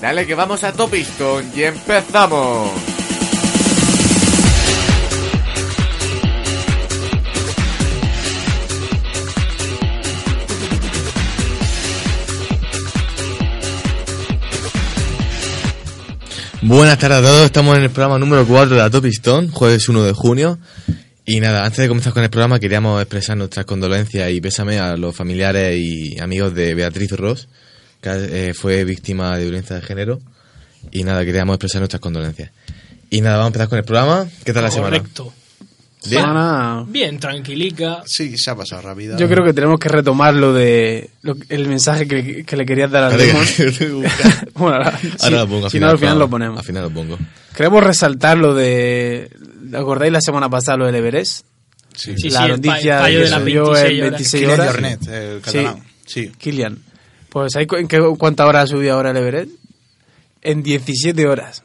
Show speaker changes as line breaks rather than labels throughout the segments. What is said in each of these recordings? Dale que vamos a Topistone y empezamos.
Buenas tardes a todos, estamos en el programa número 4 de la Topistone, jueves 1 de junio. Y nada, antes de comenzar con el programa queríamos expresar nuestras condolencias y pésame a los familiares y amigos de Beatriz Ross, que eh, fue víctima de violencia de género. Y nada, queríamos expresar nuestras condolencias. Y nada, vamos a empezar con el programa. ¿Qué tal la semana?
Correcto.
Bien.
Semana-
Bien, tranquilica.
Sí, se ha pasado rápida.
Yo creo que tenemos que retomar lo de lo- el mensaje que, que le querías dar a
Espérate
Demon.
que- que- que-
bueno, ahora, si,
Ahora lo pongo.
si no, al final
claro.
lo ponemos.
Al final lo pongo.
Queremos resaltar lo de. ¿Acordáis la semana pasada lo del Everest?
Sí,
Sí,
la
sí, el
noticia
fallo
que
de las
se dio
26
en
horas.
26
Kilian
horas.
Jornet, el catalán. Sí.
Kilian. Pues ¿sabéis cu- en qué, cuántas horas ha subido ahora el Everest? En 17 horas.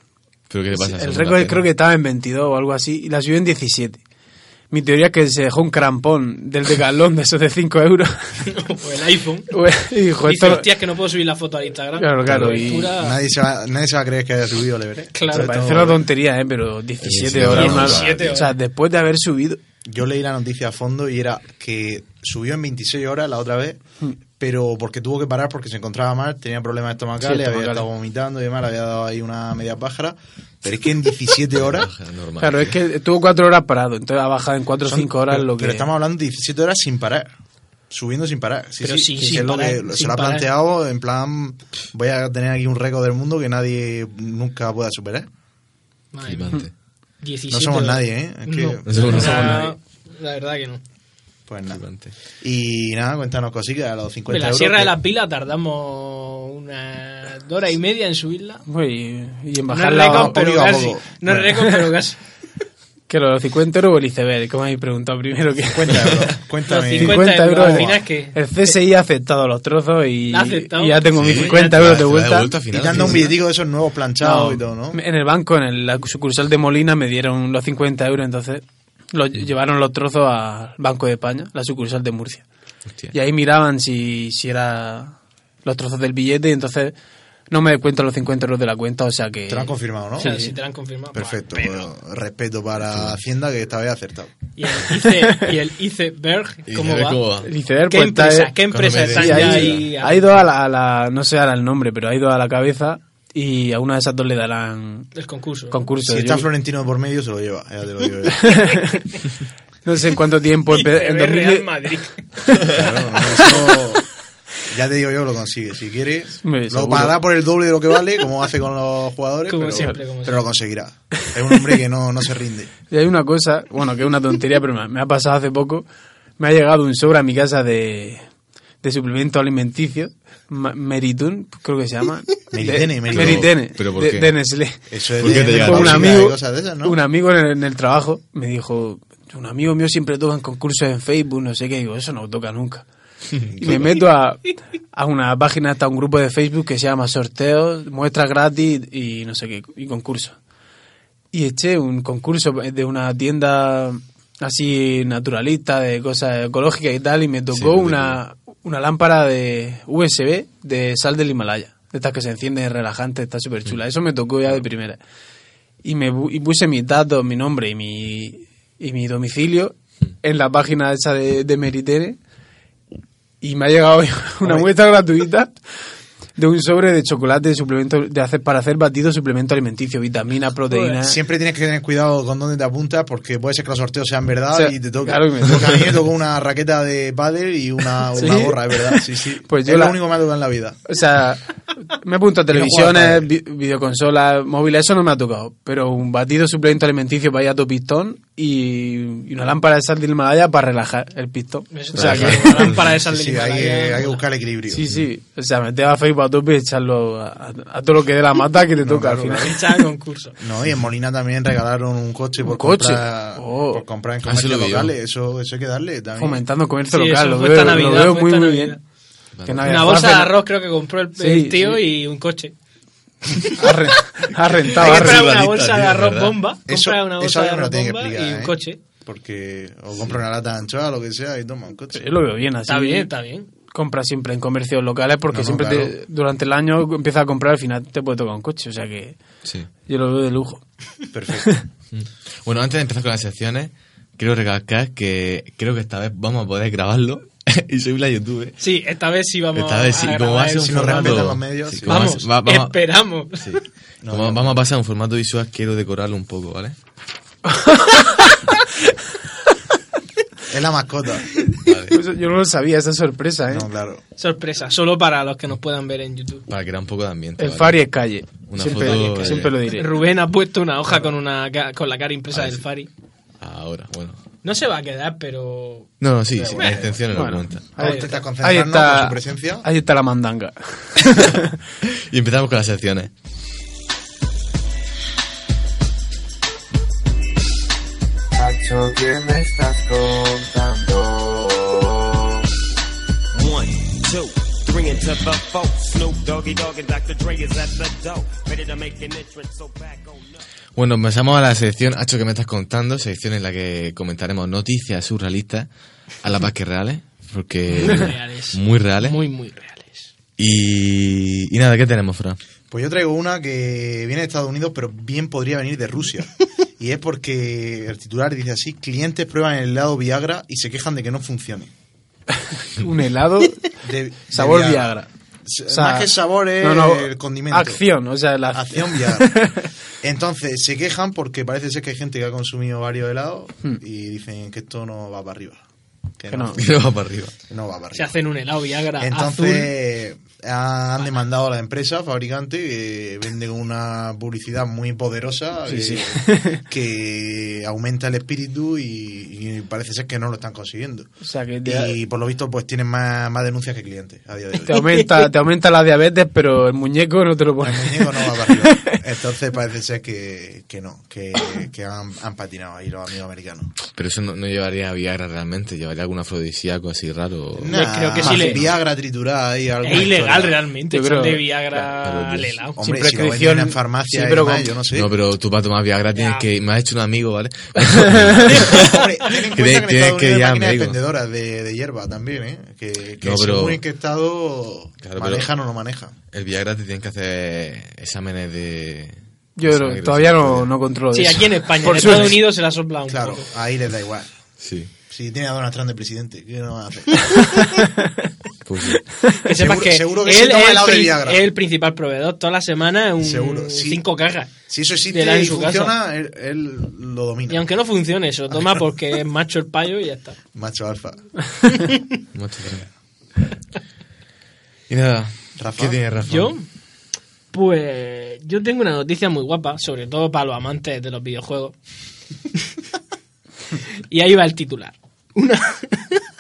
¿Pero qué le pasa? a
el
Segunda
récord
Pena?
creo que estaba en 22 o algo así y la subió en 17. Mi teoría es que se dejó un crampón del decalón de esos de 5 euros.
o el iPhone.
y dijo,
Dice,
esto...
"Hostia, es que no puedo subir la foto al Instagram.
Claro, claro,
La
y-
aventura-
Nadie se, va, nadie se va a creer que haya subido el Everest.
Claro,
Sobre
Parece
todo-
una tontería, ¿eh? Pero 17
17
horas.
horas,
una-
17
O sea,
horas.
después de haber subido...
Yo leí la noticia a fondo y era que subió en 26 horas la otra vez, pero porque tuvo que parar porque se encontraba mal, tenía problemas estomacales,
Sí,
había
estomacales.
estado vomitando y demás, le había dado ahí una media pájara. Pero es que en 17 horas.
Baja, normal.
Claro, es que estuvo 4 horas parado, entonces ha bajado en 4 o
son-
5 horas
pero,
lo que...
pero estamos hablando de 17 horas sin parar. Subiendo sin parar. Sí,
Pero
sí,
sí,
que
sin
es lo
parar,
que se
sin
lo ha
parar.
planteado en plan, voy a tener aquí un récord del mundo que nadie nunca pueda superar.
Madre mía.
Flipante.
17
No somos
horas.
nadie, ¿eh? Es que-
No.
No somos- no
O
somos
sea,
nadie.
La verdad que no.
Pues nada.
Flipante.
Y nada, cuéntanos cositas a los 50
En la
euros
Sierra de
que-
la Pila tardamos una hora y media en subirla.
Uy, y en
No es
bajarla...
récord, pero
poquito a
casi.
poco.
No es
Bueno.
récord, pero casi.
Que los 50 euros o el iceberg, que me habéis preguntado primero que...
50 euros.
Los
Cuéntame.
50 euros, al final
Buah.
que-
El CSI ha aceptado los trozos y,
¿La ha aceptado?
y ya tengo mis
Sí.
50
Te la- te
euros de
la
vuelta.
devuelto al
Y
final,
te han dado un
sí.
videitico de esos nuevos planchados
No,
y todo, ¿no?
En el banco, en el- la sucursal de Molina, me dieron los 50 euros, entonces lo, llevaron los trozos al Banco de España, la sucursal de Murcia.
Hostia.
Y ahí miraban si, si era los trozos del billete y entonces no me cuento los 50 euros de la cuenta, o sea que...
Te lo han confirmado, ¿no?
O sea, si te la han confirmado.
Perfecto. bueno, respeto para Hacienda que esta vez ha acertado.
Y el ICE, y el ICE Berg,
Y
¿cómo
a ver
va?
cómo va.
El iceberg,
¿Qué
pues, está-
empresa? ¿Qué empresa
Economía
están
Sí,
de
ya
ha
ahí-
ahí?
ido- ha ido a la, a la- No sé ahora el nombre, pero ha ido a la cabeza y a una de esas dos le darán
El concurso.
concurso.
Si
Yo-
está Florentino por medio, se lo lleva. Ya te lo digo. yo.
no sé en cuánto tiempo...
ICE
empe- en
Berg,
2000
Real Madrid.
Claro, no, eso- ya te digo yo, lo consigue. Si quiere,
Hombre,
lo
seguro.
pagará por el doble de lo que vale, como hace con los jugadores.
Como
pero,
siempre, como
pero lo conseguirá. Es un hombre que no, no se rinde.
Y hay una cosa, bueno, que es una tontería, pero me, me ha pasado hace poco. Me ha llegado un sobre a mi casa de, de suplemento alimenticio, Ma- Meritun, creo que se llama.
Meritene,
De-
Meritene.
Meritene,
¿Pero por
de,
qué?
de Nestlé.
Eso es
¿Por qué
de,
te llega
Fue un
tóxica
amigo,
y cosas de esas, ¿no?
un amigo en el, en el trabajo me dijo, un amigo mío siempre toca en concursos en Facebook, no sé qué, digo, eso no lo toca nunca. Y me meto a, a una página, hasta un grupo de Facebook que se llama Sorteos, Muestras Gratis y no sé qué, y concursos. Y eché un concurso de una tienda así naturalista, de cosas ecológicas y tal, y me
Sí,
tocó
lo digo.
una, una lámpara de USB de sal del Himalaya. De estas que se encienden relajante, está súper chula. Eso me tocó ya de primera. Y me bu- y puse mis datos, mi nombre y mi, y mi domicilio en la página esa de, de Meritere. Y me ha llegado una muestra gratuita de un sobre de chocolate de suplemento de hacer para hacer batido suplemento alimenticio, vitamina,
Ah.
proteína.
Siempre tienes que tener cuidado con dónde te apuntas porque puede ser que los sorteos sean verdad
O sea,
y te toca.
claro, y me toca.
a mí me tocó una raqueta de pádel y una,
¿Sí?
una gorra, es verdad. Sí, sí.
Pues yo
es
la-
lo único que me ha tocado en la vida.
O sea, me apunto a
juego al
televisiones, vi- videoconsolas, móviles, eso no me ha tocado. Pero un batido suplemento alimenticio para ir a tu pistón y, y una lámpara de sal de Himalaya para relajar el pistón. O sea, que,
una lámpara de sal de
Sí, sí, hay, que,
Himalaya.
hay que buscar equilibrio.
sí, sí. O sea, meter a Facebook a tope y echarlo a, a- a todo lo que dé la mata que te toca al final.
Echa a concurso.
No, y en Molina también regalaron un coche
¿Un
por,
coche?
Comprar,
Oh.
por comprar en
Ah, eso
comercios
lo vi yo.
locales. Eso, eso hay que darle también.
Fomentando el comercio
Sí,
local,
eso
lo
fue
veo,
esta
lo
Navidad,
veo
fue
muy,
esta
muy
Navidad.
bien. Que Navidad
Una bolsa de
fácil.
arroz creo que compró el,
Sí,
el tío
sí.
y un coche.
Ha re-
Hay que
ha rentado, ha
comprar
rentado.
una
Arribadita,
bolsa de
tío,
arroz
¿verdad?
bomba.
Eso,
Compra una
eso
bolsa de
alguien me lo
arroz
tiene que
bomba
explicar.
y un
¿eh?
coche.
Porque o compra una lata de anchoa, lo que sea, y toma un coche.
Yo lo veo bien así.
Está bien, está bien.
compra siempre en comercios locales porque
No, no,
siempre te-
claro.
durante el año empiezas a comprar al final te puede tocar un coche o sea que
Sí.
yo lo veo de lujo
Perfecto.
Bueno, antes de empezar con las secciones, quiero recalcar que creo que esta vez vamos a poder grabarlo y subirla a YouTube.
Sí, esta vez sí vamos
Esta vez sí,
a eh,
como
grabar
va a ser
el-
un
si nos
formato...
respetan los medios,
sí,
sí.
como va a
Vamos,
ser- va- vamos-
esperamos.
sí. Como vamos a pasar a un formato visual, quiero decorarlo un poco, ¿vale?
es la mascota.
Eso Pues, yo no lo sabía esa sorpresa ¿eh?
No, claro.
Sorpresa, solo para los que nos puedan ver en YouTube.
Para crear un poco de ambiente.
el
¿vale?
Fari es calle
Una
siempre,
foto, eh,
siempre lo diré
Rubén ha puesto una hoja con una ca- con la cara impresa del Fari.
Ahora, bueno.
No se va a quedar, pero
No, no, sí, sí, la intención es la pregunta.
Vamos a intentar concentrarnos con su presencia.
ahí está la mandanga
Y empezamos con las secciones.
Macho, ¿qué me estás contando?
One, two, three into the four. Snoop Doggy Dogg and Dr. Dre is at the door. Ready to make an entrance, so back on up.
Bueno, pasamos a la sección Hacho que me estás contando, sección en la que comentaremos noticias surrealistas a la paz que reales, porque
Muy reales.
muy reales.
muy, muy reales.
Y, y nada, ¿qué tenemos, Fran?
Pues yo traigo una que viene de Estados Unidos, pero bien podría venir de Rusia. Y es porque el titular dice así, clientes prueban el helado Viagra y se quejan de que no funcione.
un helado
De- de
sabor Viagra
S-
O sea,
Más que sabor es
no, no,
el condimento.
acción o sea la
Acción Viagra. Entonces se quejan porque parece ser que hay gente que ha consumido varios helados y dicen que esto no va para arriba. Que,
Hmm. Que
no,
no.
Que no va para arriba.
no va para
Se
arriba.
hacen un helado Viagra azul.
Entonces han demandado a la empresa fabricante que vende una publicidad muy poderosa eh, que aumenta el espíritu y, y parece ser que no lo están consiguiendo.
o sea que te,
Y por lo visto pues tienen más, más denuncias que clientes a día de hoy.
te aumenta te aumenta la diabetes pero el muñeco no te lo
El
pone
muñeco no va para arriba. Entonces parece ser que, que no, que, que han, han patinado ahí los amigos americanos.
Pero eso no, no llevaría a Viagra realmente, llevaría algún afrodisíaco así raro.
No. creo que
Nah,
sí le-
Viagra triturada ahí. alguna
Es ilegal
historia.
realmente
Yo
echar
creo-
de
Claro,
Viagra
pero
al
Dios.
helado.
Hombre,
Sin
si lo
prescripción,
venden en farmacia
sí,
y
pero
demás,
con-
yo no sé.
No, pero tú para tomar Viagra tienes
Ya.
que... Me has hecho un amigo, ¿vale?
Hombre, ten en
Que te-
cuenta que en
tienes
Estados
que
Unidos hay
ya,
máquinas
amigo.
expendedoras de, de hierba también, ¿eh? Que, que
No, pero-
según en qué estado
Claro, pero-
manejan o no manejan.
El Viagra te tienen que hacer exámenes de... de
yo
sangre,
todavía
sí,
no, no controlo
Sí,
eso.
aquí en España, en
Por
Estados
suerte.
Unidos se la sopla un
Claro,
poco.
ahí les da igual.
Sí.
Si tiene a Donald Trump de presidente, ¿qué no va a hacer?
Pues sí.
Que sepas
Seguro-
que,
seguro que
él
sí toma
es el,
helado de
prin-
Viagra.
es el principal proveedor toda la semana, un
Seguro, sí.
cinco cajas.
Si eso
Le da
existe
en
y
su casa.
funciona, él, él lo domina.
Y aunque no funcione, se lo toma porque es macho el payo y ya está.
Macho alfa.
Macho, claro. y nada,
Rafa.
¿qué tiene Rafa?
Yo, pues yo tengo una noticia muy guapa, sobre todo para los amantes de los videojuegos. y ahí va el titular. Una,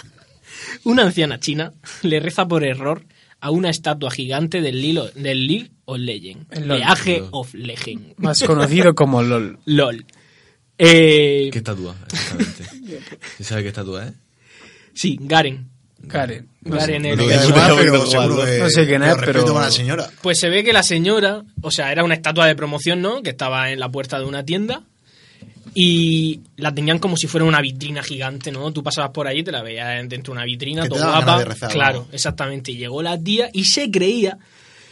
una anciana china le reza por error a una estatua gigante del Lilo, del Lil of Legend.
El LOL.
De Age of Legend.
más conocido como LOL
LOL. Eh,
¿Qué estatua, exactamente? ¿Sí sabe qué eh? estatua es?
sí, Garen.
Karen
Garen
no
el-
tengo
Me da
Sí,
igual,
sí,
pero
sí,
seguro
sí.
que-
No sé quién
que
es,
respeto
pero-
con la señora.
Pues se ve que la señora, o sea, era una estatua de promoción, ¿no? Que estaba en la puerta de una tienda y la tenían como si fuera una vitrina gigante, ¿no? Tú pasabas por ahí, te la veías dentro de una vitrina,
Que te
todo
daba ganas
guapa.
de rezar,
claro,
¿no?
exactamente. Y llegó la tía y se creía,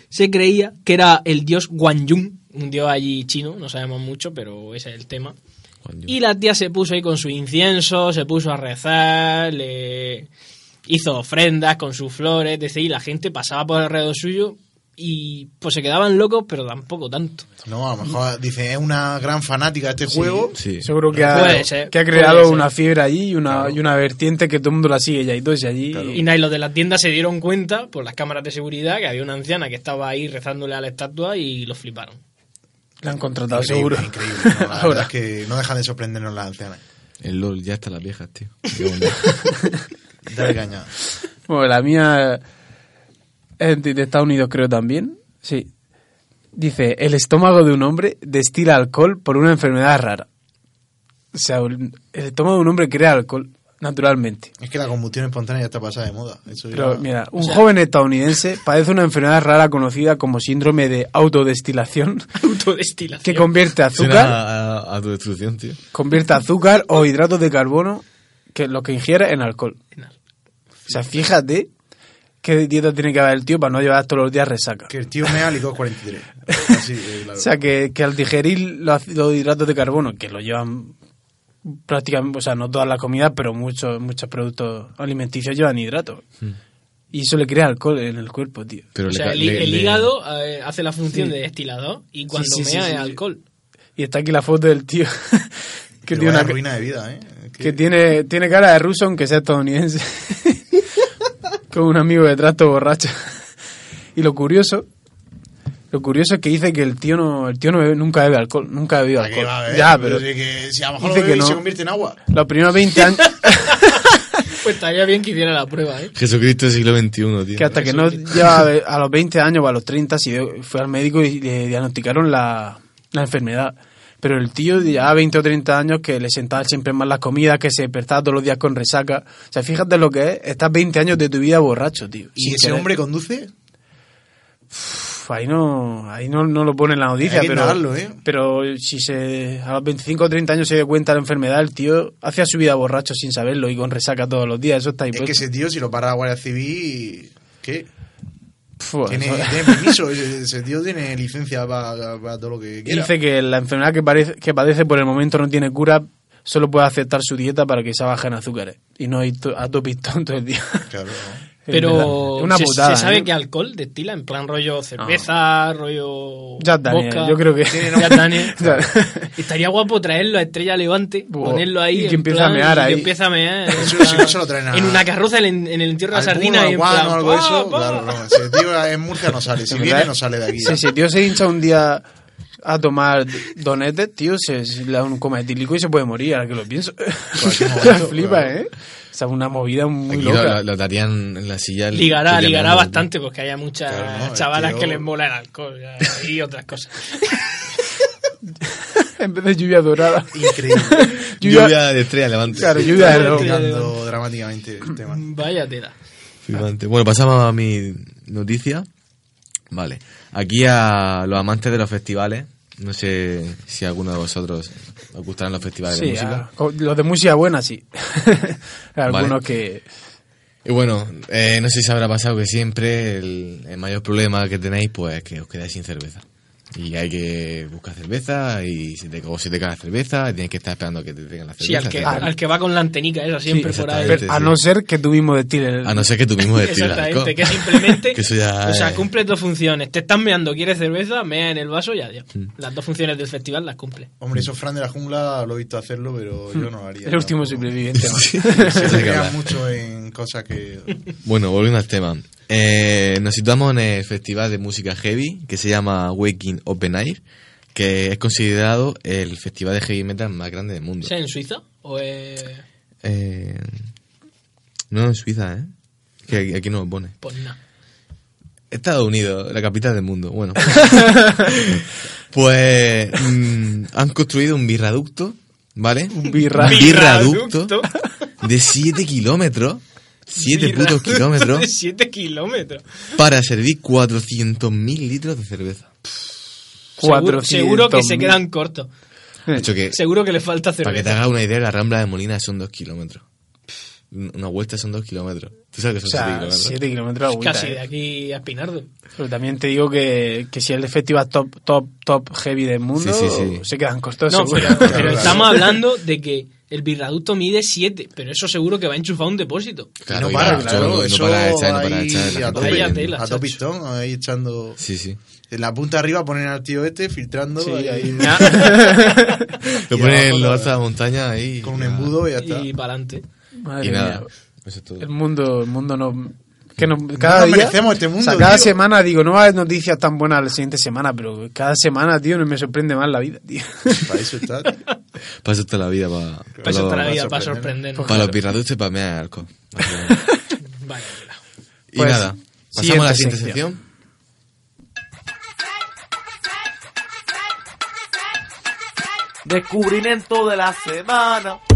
se creía que era el dios Guanyun, un dios allí chino, no sabemos mucho, pero ese es el tema.
Coño.
Y la tía se puso ahí con su incienso, se puso a rezar, le hizo ofrendas con sus flores, etc. Y la gente pasaba por alrededor suyo y pues se quedaban locos, pero tampoco tanto.
No, a lo mejor dice, es una gran fanática de este juego.
Sí.
Seguro que ha,
Puede ser,
que ha
puede
creado
ser.
una fiebre allí y una, y una vertiente que todo el mundo la sigue ya y todo es allí.
Y nada, y los de la tienda se dieron cuenta por las cámaras de seguridad que había una anciana que estaba ahí rezándole a la estatua y los fliparon.
La han contratado
Increíble,
seguro.
increíble. No, la
Ahora.
verdad es que no dejan de sorprendernos las ancianas.
El LOL, ya están las viejas, tío. Qué bomba.
Dale caña.
Bueno, la mía es de de Estados Unidos, creo también. Sí. Dice: El estómago de un hombre destila alcohol por una enfermedad rara. O sea, un- el estómago de un hombre crea alcohol naturalmente.
Es que la combustión espontánea ya está pasada de moda. Eso ya-
Pero mira, un joven estadounidense padece una enfermedad rara conocida como síndrome de autodestilación que
Autodestilación.
convierte
Suena
azúcar,
a, a- a tu destrucción, tío.
convierte azúcar o hidratos de carbono que lo que ingiere en alcohol. O sea, fíjate qué dieta tiene que haber el tío para no llevar todos los días resaca.
Que el tío mea licor 43. Así, de claro.
O sea, que, que al digerir los, los hidratos de carbono, que lo llevan prácticamente, o sea, no todas las comidas, pero muchos muchos productos alimenticios llevan hidratos. Y eso le crea alcohol en el cuerpo, tío.
Pero
o
le
sea,
ca-
el,
le-
el
le-
hígado eh, hace la función
Sí.
de destilador y cuando
sí, sí,
mea
sí,
es
sí.
alcohol.
Y está aquí la foto del tío que,
Pero
tiene,
vaya
una,
ruina de vida, ¿eh? Es
que tiene, tiene cara de ruso, aunque sea estadounidense. Con un amigo de trato borracho. y lo curioso, lo curioso es que dice que el tío no, el tío no bebe- nunca bebe alcohol, nunca ha bebido
¿Para qué
alcohol.
va a beber?
ya, pero
sí que si a lo mejor
dice que
lo bebe y
no.
se convierte en agua.
los primeros 20 años
Pues estaría bien que hiciera la prueba, ¿eh?
Jesucristo del siglo XXI, tío.
que hasta que no lleva a be- a los 20 años o a los 30 si de- fue al médico y le diagnosticaron la, la enfermedad. Pero el tío ya a 20 o 30 años que le sentaba siempre mal las comidas, que se despertaba todos los días con resaca. O sea, fíjate lo que es, estás 20 años de tu vida borracho, tío.
Y
Sin
ese
querer.
hombre conduce,
Uf, ahí no, ahí no, no lo pone en la noticia,
Hay que
pero,
indagarlo, ¿eh?
pero si se a los 25 o 30 años se dio cuenta de la enfermedad, el tío hacía su vida borracho sin saberlo y con resaca todos los días. Eso está ahí
es que
puesto.
ese tío, si lo para la Guardia Civil, ¿qué?
Puf,
Tiene,
eso-
tiene permiso, ese, ese tío tiene licencia para, para todo lo que quiera.
Dice que la enfermedad que, parece, que padece por el momento no tiene cura, solo puede aceptar su dieta para que se baje en azúcares y no ir to- a topistón todo el día.
Claro, ¿no?
Es verdad.
Pero
Es una
se,
putada,
se sabe
¿eh? Ah.
que alcohol destila en plan rollo cerveza, rollo
Jack Daniel,
vodka.
yo creo que-
Sí, ¿no? Jack Daniel.
Jack-
Estaría guapo traerlo a Estrella Levante,
Buah,
ponerlo ahí
y que
en
empiece
plan,
a mear
y que
ahí.
empieza a mear en
Eso,
plan-
si no se lo traen a-
en una carroza en, el- en el entierro de la
Algún
sardina y en
guano
plan,
o algo de eso,
"Pa, pa".
claro, no, ese tío en Murcia no sale, si
En
viene
verdad,
no sale de aquí.
Si ese tío se hincha un día a tomar donete, tío, se, se le da un coma etílico y se puede morir, ahora que lo pienso.
cualquier momento,
Flipa,
claro.
¿eh? O sea, una movida muy
Aquí lo,
loca.
lo- lo darían en la silla. el-
Ligará,
el-
ligará
el-
bastante porque haya muchas
Claro, no,
chavalas
el tío-
que les mola el alcohol ya, y otras cosas.
en vez de lluvia dorada.
Increíble.
Lluvia-
Lluvia de estrella, levante.
Claro, lluvia de rojo.
Tirando dramáticamente el tema.
Vaya tela.
Flipante. Bueno, pasamos a mi noticia. Vale. Aquí a los amantes de los festivales. No sé si a alguno de vosotros os gustarán los festivales de
Sí,
música.
ah, con- los de música buena, sí. Algunos
Vale.
que...
Y bueno, eh, no sé si habrá pasado que siempre el, el mayor problema que tenéis pues es que os quedáis sin cerveza. Y hay que buscar cerveza y se te, o se te cae la cerveza y tienes que estar esperando a que te tengan la cerveza.
Sí, al que,
etcétera.
al que va con la antenica esa siempre
Sí,
por ahí.
pero a
sí.
no ser que tuvimos de Tiller.
A no ser que tú mismo destiles alcohol.
Exactamente, que simplemente.
Que eso ya
o sea,
es-
cumple dos funciones. Te estás meando, quieres cerveza, mea en el vaso y adiós.
Mm.
Las dos funciones del festival las cumple.
Hombre, eso Fran de la jungla lo he visto hacerlo, pero yo no lo haría.
El último
tampoco.
superviviente. ¿no?
Se
Eso hay que
crean
hablar.
mucho en cosas que...
Bueno, volviendo al tema. Eh, nos situamos en el festival de música heavy que se llama Waking Open Air, que es considerado el festival de heavy metal más grande del mundo.
O sea, en Suiza o eh,
Eh, no en Suiza, ¿eh? Que aquí- aquí no lo pone.
pues nada.
Estados Unidos, la capital del mundo. Bueno. pues mm, han construido un birraducto, ¿vale? Un
birra-
birraducto de 7 kilómetros. 7 putos kilómetros
7 kilómetros.
para servir 400.000 litros de cerveza.
Seguro,
400.000.
seguro que se quedan cortos.
De hecho que,
Seguro que les falta
para Eh, que te
cerveza.
hagas una idea, la Rambla de Molina son 2 kilómetros. Una vuelta son 2 kilómetros. ¿Tú sabes que son 7
O sea,
kilómetros?
7 kilómetros de vuelta,
Casi
¿eh?
de aquí a Espinardo.
Pero también te digo que, que si el festival top, top, top heavy del mundo,
Sí, sí, sí.
se quedan cortos.
No,
seguro.
pero, pero estamos hablando de que El virreducto mide 7, pero eso seguro que va enchufado a un depósito.
Claro,
y
y
no para,
va,
claro.
yo- no
eso
para de echar, no para de
ahí
echar. la
a
gente
tope,
Vaya
pidiendo.
tela.
a todo pistón, ahí echando...
Sí, sí.
En la punta de arriba ponen al tío este filtrando
Sí,
y ahí,
Lo
Y
ponen
abajo
en
lo-
lo alto de la montaña ahí.
con
y
un
nada.
embudo y ya está.
y para adelante.
Madre
Y nada.
mía.
Eso es todo.
El mundo, el mundo no... Que no- cada
nos
día,
merecemos este mundo,
o sea, cada
tío.
semana digo, no va a haber noticias tan buenas la siguiente semana, pero cada semana, tío, no me sorprende más la vida, tío.
Eh,
Para eso está.
Pasa toda la vida para.
Para eso está la
va a
vida, para
sorprender.
sorprendernos.
Para los pirraductos y para mí alcohol.
Vaya tela.
y
Pues,
nada, pasamos
siguiente
a la siguiente
sección.
sección.
Descubrimiento de la semana.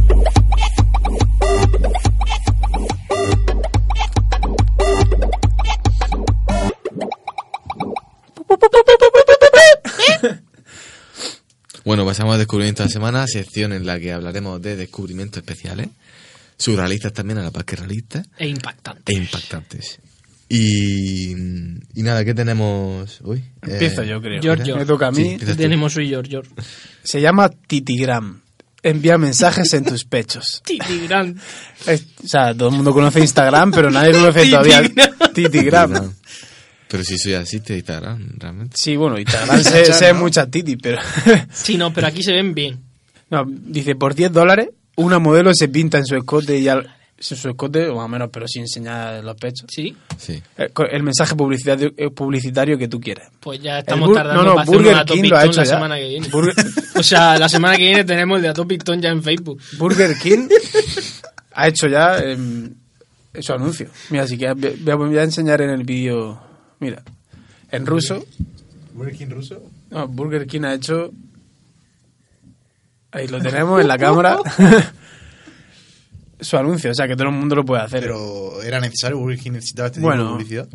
Bueno, pasamos a descubrimiento de la semana, sección en la que hablaremos de descubrimientos especiales, surrealistas también a la paz que realistas
Es impactante.
e impactantes. Y, y nada, ¿qué tenemos hoy? Eh,
Empiezo yo, creo.
Giorgio.
Me toca a
Sí,
mí.
empieza tú.
Tenemos hoy Giorgio.
Se llama Titigram. Envía mensajes en tus pechos.
Titigrán.
Es- o sea, todo el mundo conoce Instagram, pero nadie conoce todavía
Titigram.
Titigram.
Pero si soy así, te Instagram, realmente.
Sí, bueno, Instagram sé, sé
¿no?
muchas titi, pero...
Sí, no, pero aquí se ven bien.
No, dice, por 10 dólares, una modelo se pinta en su escote y al... en su escote, o más o menos, pero sin enseñar los pechos.
Sí,
Sí.
Eh, con El mensaje publicitario, eh, publicitario que tú quieras.
pues ya
El
estamos
bur-
tardando
no, no,
para hacer
Burger
una
King lo
Topistón
ha hecho
la
ya.
semana que viene.
Burger-
O sea, la semana que viene tenemos el de Atopistón ya en Facebook.
Burger King ha hecho ya eh, su anuncio. Mira, así que voy a, voy a enseñar en el vídeo. Mira, en ruso.
¿Breaking ruso?
no, Burger King ha hecho. Ahí lo tenemos en la cámara. su anuncio, o sea que todo el mundo lo puede hacer.
Pero era necesario, Burger King necesitaba este
Bueno.
tipo de publicidad.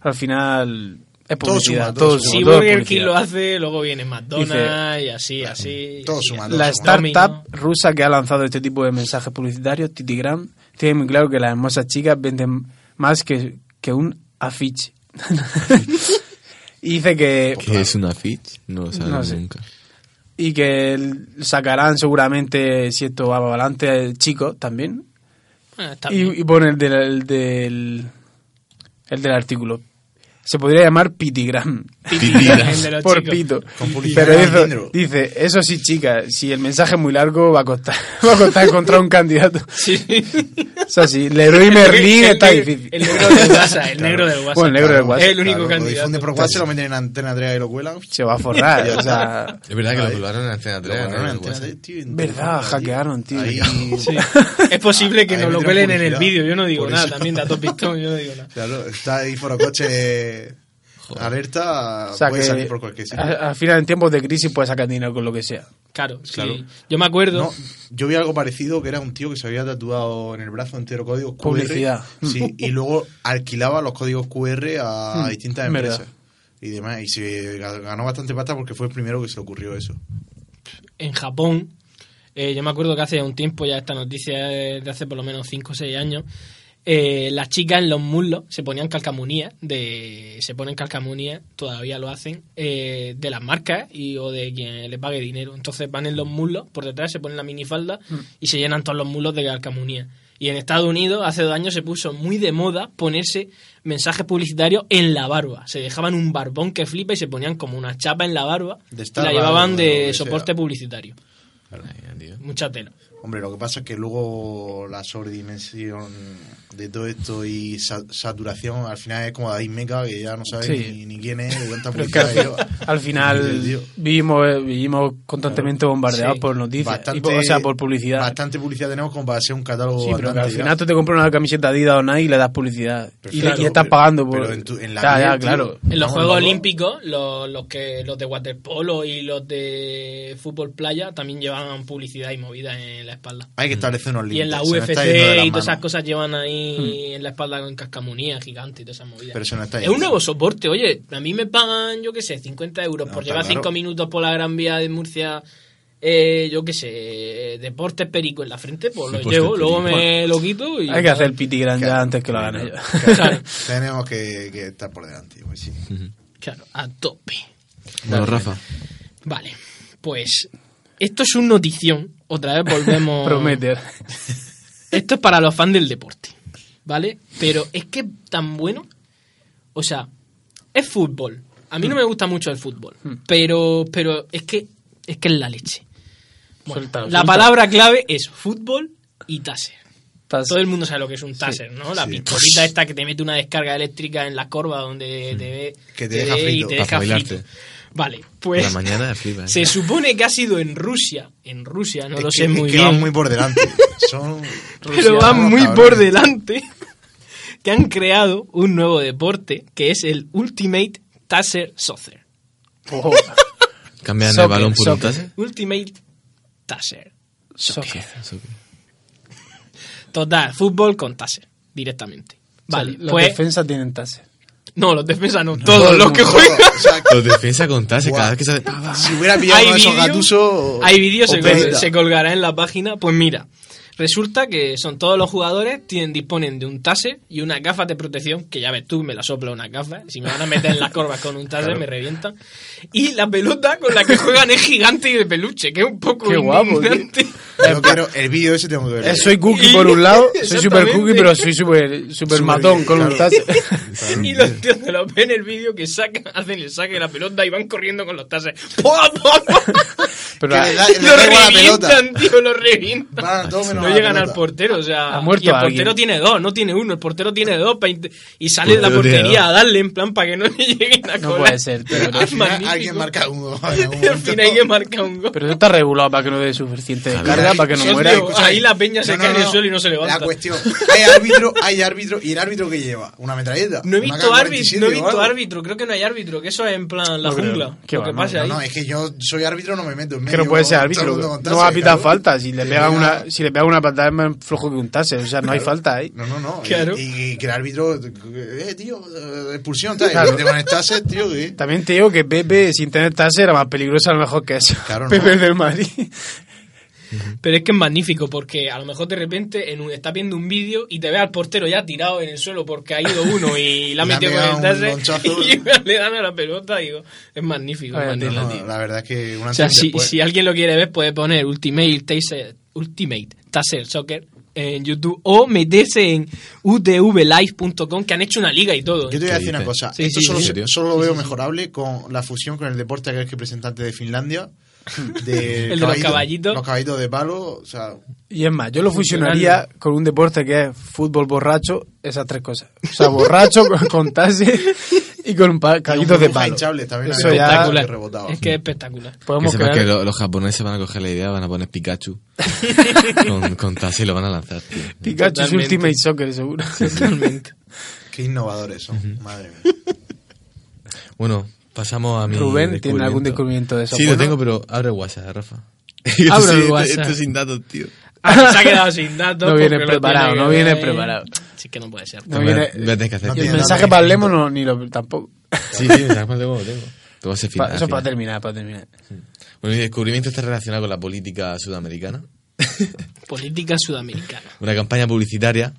Al final es
Todo
publicidad.
suma,
Todo
todo
suma,
suma.
Si
todo es
Burger King
publicidad.
lo hace, luego viene McDonald's y así, así.
todo
y así.
suma, todo
La
Domino.
startup rusa que ha lanzado este tipo de mensajes publicitarios, Titigram, tiene muy claro que las hermosas chicas venden más que, que un afiche. y dice que,
¿Qué es una fit? No lo sabemos
Eh, No sé.
nunca.
y que el- sacarán seguramente, si esto va para adelante, chicos también.
Ah, está bien.
Y, y pone el del, el del, el del artículo. Se podría llamar Pitigram.
Titigrán de los
por
chicos.
pito.
Con publicidad
Pero
de
eso-
Alejandro.
dice, eso sí, chicas, si el mensaje es muy largo, va a costar, va a costar encontrar un candidato.
Sí.
O sea, sí, Leroy Merlin
El-
está
el-
difícil.
El negro del WhatsApp, el negro del WhatsApp.
Bueno, el negro del WhatsApp.
Es el único
Claro, Lo
candidato.
difunde por WhatsApp, lo meten en Antena 3 y lo cuelan.
Se va a forrar, o sea...
Es verdad que lo colgaron en Antena
Lo
3.
cuelaron en
¿no?
Antena 3, tío, en
Verdad,
todo el mundo,
hackearon, tío.
Ahí-
Sí. Es posible que
Ahí
nos lo
metieron
cuelen en el
publicidad.
vídeo, yo no digo
Por
nada,
eso.
también de Atopistón, yo no digo nada.
Claro, está ahí Forocoche alerta,
O sea
Ah, puede
que
salir por cualquier sitio.
a- al final en tiempos de crisis puedes sacar dinero con lo que sea.
Claro, sí.
Claro.
Yo me acuerdo.
No, yo vi algo parecido que era un tío que se había tatuado en el brazo entero códigos QR.
Publicidad.
Sí, y luego alquilaba los códigos QR a
Hmm,
distintas
es verdad.
empresas. Y demás, y se ganó bastante pasta porque fue el primero que se le ocurrió eso.
en Japón, eh, yo me acuerdo que hace un tiempo, ya esta noticia es de hace por lo menos 5 o 6 años, eh, las chicas en los muslos se ponían calcamonías, de, se ponen calcamonías, todavía lo hacen, eh, de las marcas y, o de quien les pague dinero. Entonces van en los muslos, por detrás se ponen la minifalda
Mm.
y se llenan todos los muslos de calcamonías. Y en Estados Unidos hace dos años se puso muy de moda ponerse mensajes publicitarios en la barba. Se dejaban un barbón que flipa y se ponían como una chapa en la barba
De
y la
Starbucks
llevaban
o lo
de
que
soporte
sea.
publicitario.
Ay, Dios.
Mucha tela.
Hombre, lo que pasa es que luego la sobredimensión de todo esto y sa- saturación al final es como David Meca, que ya no sabes
Sí.
ni, ni quién es, ni cuánta
Pero es que al,
publicidad lleva.
al
Sí,
final
tío.
vivimos, eh, vivimos constantemente bombardeados
Sí.
por noticias, y por- o sea, por publicidad.
Bastante publicidad tenemos como para ser un catálogo
Sí, pero que al
bastante ya.
final tú te compras una camiseta Adidas o Nike y le das publicidad.
Pero
Y, le-
claro,
y estás
pero-
pagando por...
pero en tu- en la
ya,
piel,
ya,
tío.
claro.
En los
Vamos,
Juegos
loco.
Olímpicos, los, los que los de waterpolo y los de fútbol playa también llevan publicidad y movida en la espalda.
Hay que establecer unos límites.
Y en la
se nos
UFC
está yendo de las
y todas esas
manos. Hmm.
cosas llevan ahí en la espalda con cascamonía gigante y todas esas movidas.
Pero se nos está
es
yendo.
un nuevo soporte, oye, a mí me pagan, yo qué sé, 50 euros
No,
por
está
llevar
claro.
5 minutos por la Gran Vía de Murcia, eh, yo qué sé, deportes perico en la frente, pues lo
Deportes
llevo, luego
perico.
me lo quito y...
Hay que hacer el piti gran ya
Claro.
antes que lo hagan ellos.
Claro,
Tenemos que, que estar por delante. Pues, sí.
claro, a tope.
Bueno, Rafa.
Vale, pues Esto es un notición. Otra vez volvemos.
Prometer.
Esto es para los fans del deporte, ¿vale? Pero es que es tan bueno. O sea, es fútbol. A mí no me gusta mucho el fútbol,
Hmm.
pero, pero es que es que es la leche. Bueno,
Suéltalo,
la
suéltalo.
palabra clave es fútbol y taser.
Taser.
Todo el mundo sabe lo que es un taser, ¿no? La pistolita
Pues-
esta que te mete una descarga eléctrica en la corva donde te ve
Hmm. Que te deja
ve y
frito.
te
Para
deja
espabilarte.
frito. Vale,
Por
pues
la mañana flipa. ¿eh?
se supone que ha sido en Rusia, en Rusia, no
Es
lo
que-
sé
es
muy
que
bien
van muy por delante. Son
pero van muy
cabrones.
por delante que han creado un nuevo deporte que es el Ultimate Taser Soccer.
Oh,
Cambian
Soccer,
el balón por un
soccer.
taser.
Ultimate Taser.
soccer.
Soccer.
Total, fútbol con taser directamente. Vale,
O sea,
pues
Las defensas tienen taser.
no, los defensas no, todos los que
Todo,
juegan.
o sea,
Los defensa con taser, cada vez que sale.
Ah,
pa, pa,
si hubiera pillado
Hay
uno de esos
vídeos,
gatusos.
hay vídeos,
o
se, col-
Pereda.
se colgará en la página. Pues mira, resulta que son todos los jugadores, tienen, disponen de un taser y unas gafas de protección, que ya ves tú, me la sopla una gafa, si me van a meter en las corvas con un taser me revientan. Y la pelota con la que juegan es gigante y de peluche, que es un poco
Qué guapo,
indignante.
Yo quiero- el vídeo ese tengo que verlo.
Eh, soy cookie por un lado, soy super cookie,
Exactamente.
pero soy super, super
Súper
matón
bien,
con un
claro.
taser.
Y los tíos de los ven el vídeo que sacan, hacen el saque de la pelota y van corriendo con los tasers. ¡Pua, pua, pua!
Pero ah,
Que
a-
lo
le da- pego a la pelota.
revientan, tío, lo revientan.
Van todo menos
No
a la
llegan al
pelota.
portero, o sea.
Ha muerto
y el
alguien.
portero tiene dos, no tiene uno. El portero tiene dos pa int- y sale de la
Portero tiene
portería
dos.
a darle en plan para que no le lleguen a
No
colar.
puede ser, tío, no.
Es
Al final,
magnífico.
alguien marca uno. en algún
Al
momento.
final hay que marcar un gol.
Pero eso está regulado para que no dé suficiente
Claro.
descarga, para que no
Yo
muera.
digo- ahí la peña se cae en el suelo y no se levanta.
La cuestión, hay árbitro, hay árbitro, y el árbitro que lleva, una metralleta.
No he
Una
visto árbitro,
AK-47
no he
o
visto
algo.
árbitro, creo que no hay árbitro, que eso es en plan la
No creo.
jungla.
Qué
lo
va,
que
no,
pasa
No,
ahí.
no, es que yo soy árbitro, no me meto en
Que
medio.
no puede ser
todo el mundo
árbitro.
con
No
taza,
va a pitar
cabrón.
falta. Si le
Que
pegan
diga-
una, si le pegan una patada es más flojo que un taser. O sea, no hay falta ahí.
No, no, no.
Claro.
Y, y que el árbitro, eh, tío, eh, expulsión, tal.
Claro.
Y te conectase, tío, que.
También te digo que Pepe sin tener taser era más peligroso a lo mejor que eso.
Claro, no.
Pepe del Madrid.
Pero es que es magnífico porque a lo mejor de repente en un, estás viendo un vídeo y te ve al portero ya tirado en el suelo porque ha ido uno y la ha
Le ha
metido con
pegado
el taser
un lonchazo.
y le dan a la pelota. Digo, es magnífico. es
Vaya
magnífico,
tela,
No,
tío.
la verdad es que una
O sea, si,
después.
si alguien lo quiere ver, puede poner Ultimate Taser, Ultimate Taser Soccer en YouTube o meterse en utvlive.com que han hecho una liga y todo.
Yo te voy
¿Qué
a decir una
dices?
cosa.
Sí,
Esto
sí,
solo,
sí.
se-
¿En serio?
solo lo veo mejorable con la fusión con el deporte que es representante de Finlandia. De
El de los
caballito-
caballitos.
Los caballitos de palo. O sea,
Y es más, yo lo
Funcionario.
fusionaría con un deporte que es fútbol borracho, esas tres cosas. O sea, borracho, con, con taser y con un pa- caguitos de
burbujas
palo.
hinchables también
Eso
hay.
ya
Espectacular.
espectacular.
rebotaba.
Es que es espectacular.
Que
podemos
sepas
crear...
que lo- los japoneses van a coger la idea, van a poner Pikachu con, con taser y lo van a lanzar, tío.
Pikachu es
Totalmente.
Ultimate Soccer, seguro.
Totalmente.
qué innovadores son. Madre mía.
Bueno, pasamos a mi.
Rubén, ¿tiene algún descubrimiento de eso?
Sí, lo
Bueno,
tengo, pero abre WhatsApp, Rafa.
Abre el
Sí,
WhatsApp.
Esto sin datos, tío.
Ah, se ha quedado sin datos.
No viene
porque lo
preparado,
tiene
no
que
viene
ver.
preparado.
Sí que no puede ser.
No
Voy a-
viene-
voy a tener que hacer.
no
Y el
tiene
mensaje
nada
para el Lemo no, ni lo, tampoco.
Sí, sí, me saco el dedo, lo tengo. Te voy a hacer
Pa-
final,
eso es
final.
para terminar, para terminar.
Bueno, mi descubrimiento está relacionado con la política sudamericana.
Política sudamericana.
Una campaña publicitaria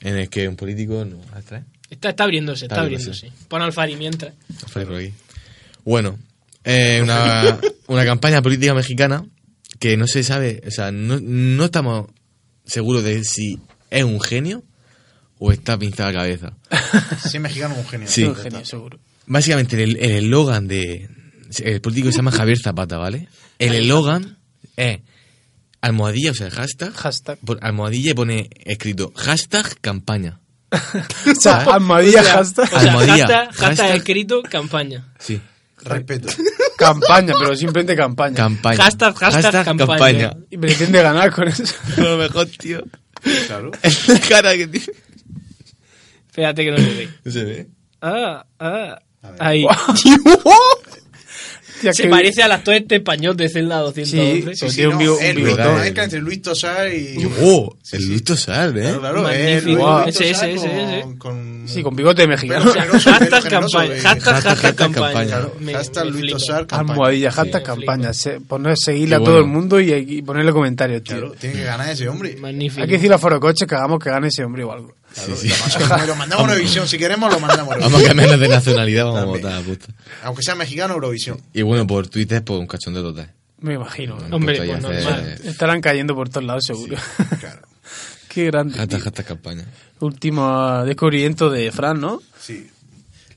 en el que un político... No, ¿Las traes?
Está, está abriéndose, está,
Está
abriéndose.
abriéndose.
Pon al Fari mientras.
Las traes por aquí. Bueno, eh, una, una campaña política mexicana que no se sabe, o sea, no, no estamos seguros de si es un genio o está pintada la cabeza.
Sí, mexicano es un genio.
Sí.
Un genio, seguro.
Básicamente, el el eslogan de. El político se llama Javier Zapata, ¿vale? El eslogan es almohadilla, o sea, hashtag.
Hashtag.
pon- Almohadilla y pone escrito hashtag campaña.
O sea,
Ah.
¿Sabes?
Almadía
O sea,
hashtag.
O sea,
Almohadilla.
hashtag- hashtag
Hashtag-
escrito campaña.
Sí.
Respeto.
Campaña, pero simplemente campaña.
Campaña.
Hashtag- hashtag campaña.
y pretende ganar con eso.
Lo mejor, tío.
Claro.
Es la cara que tiene.
Fíjate que no se ve.
No se ve.
Ah, ah.
A ver.
Ahí.
Tía,
Se
qué-
parece al actor este español de Zelda 211.
Sí,
Sí, sí,
tiene un
no,
bigo-
es
un
Luis
bigotón.
Tosar, es que entre Luis Tosar y.
¡Oh! El listo sale, ¿eh?
Claro, claro, es
Magnífico.
Luis
Wow.
Tosar
Ese, ese, ese, ese.
con- con-
Sí, con bigote mexicano.
Pero-
O sea, hashtag
Generoso,
campaña.
eh.
Hashtag,
Hashtag,
hashtag
hashtag
campaña.
campaña.
Claro,
Me-
hashtag
me
Luis
flipa.
Tosar, campaña.
Almohadilla,
Sí,
hashtag
flipa.
campaña. Se, poner seguirla
Qué
a todo el
bueno.
mundo y, y ponerle comentarios, tío.
Claro, tiene que ganar ese hombre.
Magnífico.
Hay que decirle a Foro Coche que hagamos que gane ese hombre o algo.
Claro, y además, como Lo mandamos a Eurovisión, si queremos lo mandamos a
Vamos a
Eurovisión.
cambiarnos de nacionalidad, vamos a
También.
votar a puta.
Aunque sea mexicano, Eurovisión.
Y bueno, por Twitter, pues un cachondeo total.
Me imagino.
Bueno,
Hombre,
pues,
pues,
ahí hace-
normal.
Estarán cayendo por todos lados, seguro. Qué grande.
Hashtag,
tío.
hashtag campaña.
Último descubrimiento de Fran, ¿no?
Sí.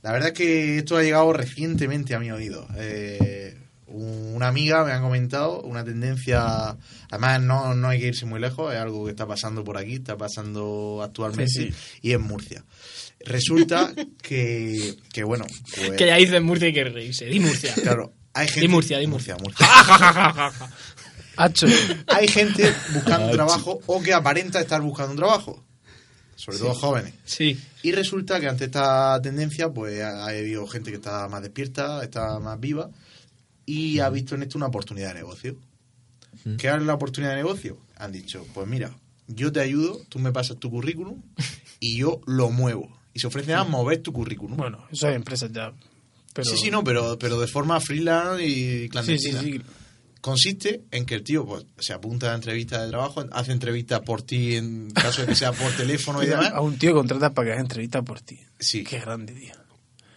La verdad es que esto ha llegado recientemente a mi oído. Eh, una amiga me ha comentado una tendencia. Además, no, no hay que irse muy lejos, es algo que está pasando por aquí, está pasando actualmente
Sí,
y en Murcia. Resulta que, que bueno. pues,
Que ya dicen Murcia y que reírse. Di Murcia.
Claro, hay gente.
Di Murcia, di Murcia.
Murcia.
Hacho.
Hay gente buscando trabajo o que aparenta estar buscando un trabajo. Sobre todo jóvenes.
Sí.
Y resulta que ante esta tendencia, pues ha ha habido gente que está más despierta, está más viva y ha visto en esto una oportunidad de negocio. ¿Qué es la oportunidad de negocio? Han dicho, pues mira, yo te ayudo, tú me pasas tu currículum y yo lo muevo. Y se ofrecen a mover tu currículum.
Bueno, eso es empresa ya. Pero...
Sí, sí, no, pero, pero de forma freelance y
Sí, sí,
clandestina.
sí.
Consiste en que el tío pues, se apunta a entrevistas de trabajo, hace entrevistas por ti en caso de que sea por teléfono y demás.
A un tío contratas para que hagas entrevistas por ti.
Sí.
Qué grande, tío.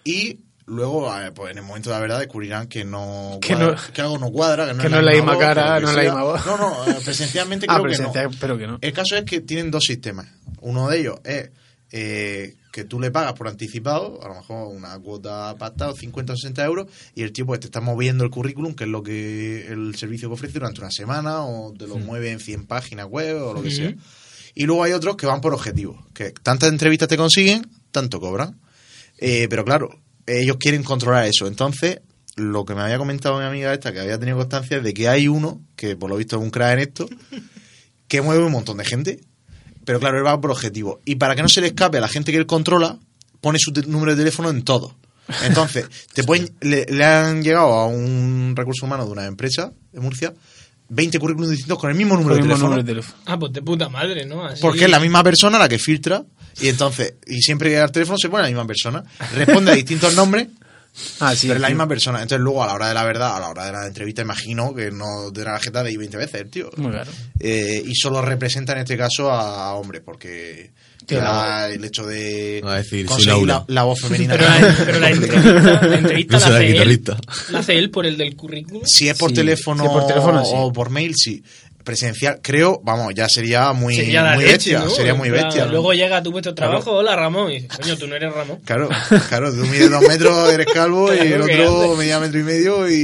Y luego, a ver, pues en el momento de la verdad, descubrirán que no
Que
cuadra-
no-
que algo no cuadra, que no,
que
es
no es la
misma
misma
voz,
cara,
que
no
lo que
es la
sea.
misma voz.
No, no, eh, presencialmente
Ah,
creo
presencial,
que no.
pero que no.
El caso es que tienen dos sistemas. Uno de ellos es eh, que tú le pagas por anticipado, a lo mejor una cuota pactada, 50 o 60 euros, y el tío pues, te está moviendo el currículum, que es lo que el servicio que ofrece durante una semana, o te lo mueve en 100 páginas web, o lo que sea. Y luego hay otros que van por objetivos, que tantas entrevistas te consiguen, tanto cobran. Eh, pero claro, ellos quieren controlar eso. Entonces, lo que me había comentado mi amiga esta, que había tenido constancia, es de que hay uno, que por lo visto es un crack en esto, que mueve un montón de gente. Pero claro, él va por objetivo. Y para que no se le escape a la gente que él controla, pone su te- número de teléfono en todo. Entonces, te pueden, le, le han llegado a un recurso humano de una empresa de Murcia 20 currículums distintos con el mismo número
Con el
de
mismo
teléfono.
número de teléfono.
Ah, pues de puta madre, ¿no? Así-
Porque es la misma persona la que filtra y entonces, y siempre que llega al teléfono se pone la misma persona, responde a distintos nombres,
Ah, sí.
pero es la
sí.
misma persona. Entonces luego a la hora de la verdad, a la hora de la entrevista, imagino que no tendrá la jeta de ir 20 veces, el tío.
Muy claro.
Eh, y solo representa en este caso a hombres, porque
Claro.
quizá el hecho de
Va a decir, soy
conseguir la,
Laura.
la voz femenina.
Pero la, pero la entrevista, la, entrevista
No
la,
será
hace él,
guitarrista.
la hace él por el del currículum.
si es por
Sí.
teléfono,
Si es por teléfono, sí.
o por mail, sí. Presencial, creo, vamos, ya sería muy,
Sería la
muy
leche,
bestia.
¿no?
Sería muy
En plan,
bestia. ¿no?
Luego llega a tu puesto de
Claro.
trabajo, hola Ramón, y dices, coño, tú no eres Ramón.
Claro, claro, tú mides dos metros, eres calvo y el
Claro, ¿qué
otro
haces?
medía metro y medio y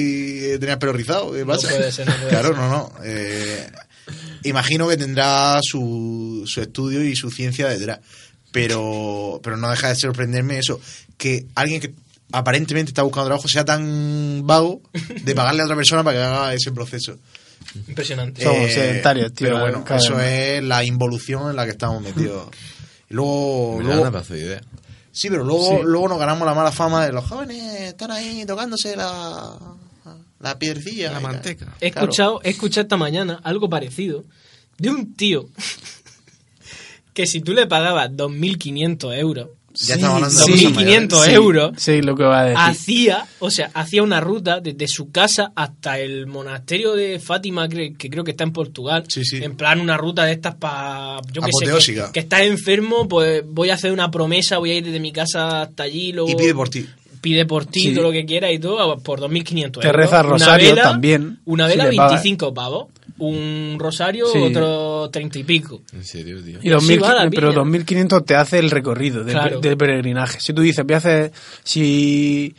eh, tenías pelo rizado. ¿Qué pasa?
puede ser, no puede
claro,
ser.
no, no. eh, imagino que tendrá su, su estudio y su ciencia detrás. Pero, pero no deja de sorprenderme eso, que alguien que aparentemente está buscando trabajo sea tan vago de pagarle a otra persona para que haga ese proceso. Eh,
Impresionante.
Somos sedentarios, tío,
Pero bueno,
cada
eso
uno.
es la involución en la que estamos metidos. Y Luego,
Me da
luego,
una pedazo de idea.
Sí, pero luego,
Sí.
luego nos ganamos la mala fama de los jóvenes, están ahí tocándose la, la piedrecilla. La manteca.
He escuchado, he escuchado esta mañana algo parecido de un tío que si tú le pagabas 2.500 euros,
Ya estamos hablando de
sí,
cosas mayores.
2.500 euros,
Sí, lo que va a decir.
Ah, hacía, o sea, hacía una ruta desde su casa hasta el monasterio de Fátima, que, que creo que está en Portugal.
Sí, sí.
En plan, una ruta de estas para. Yo que sé.
Apoteósica.
Que, que estás enfermo, pues voy a hacer una promesa, voy a ir desde mi casa hasta allí. Luego
Y pide por ti.
pide por ti
Sí.
todo lo que quieras y todo a- por 2.500 euros.
Te reza
Una
rosario también,
Una
si
vela,
le pagas.
25 pavos. Un rosario,
Sí.
otro 30 y pico.
En serio, tío.
Y 2000,
Sí, va la
pero
piña.
2500 te hace el recorrido del,
Claro.
del peregrinaje. Si tú dices, voy a hacer. Si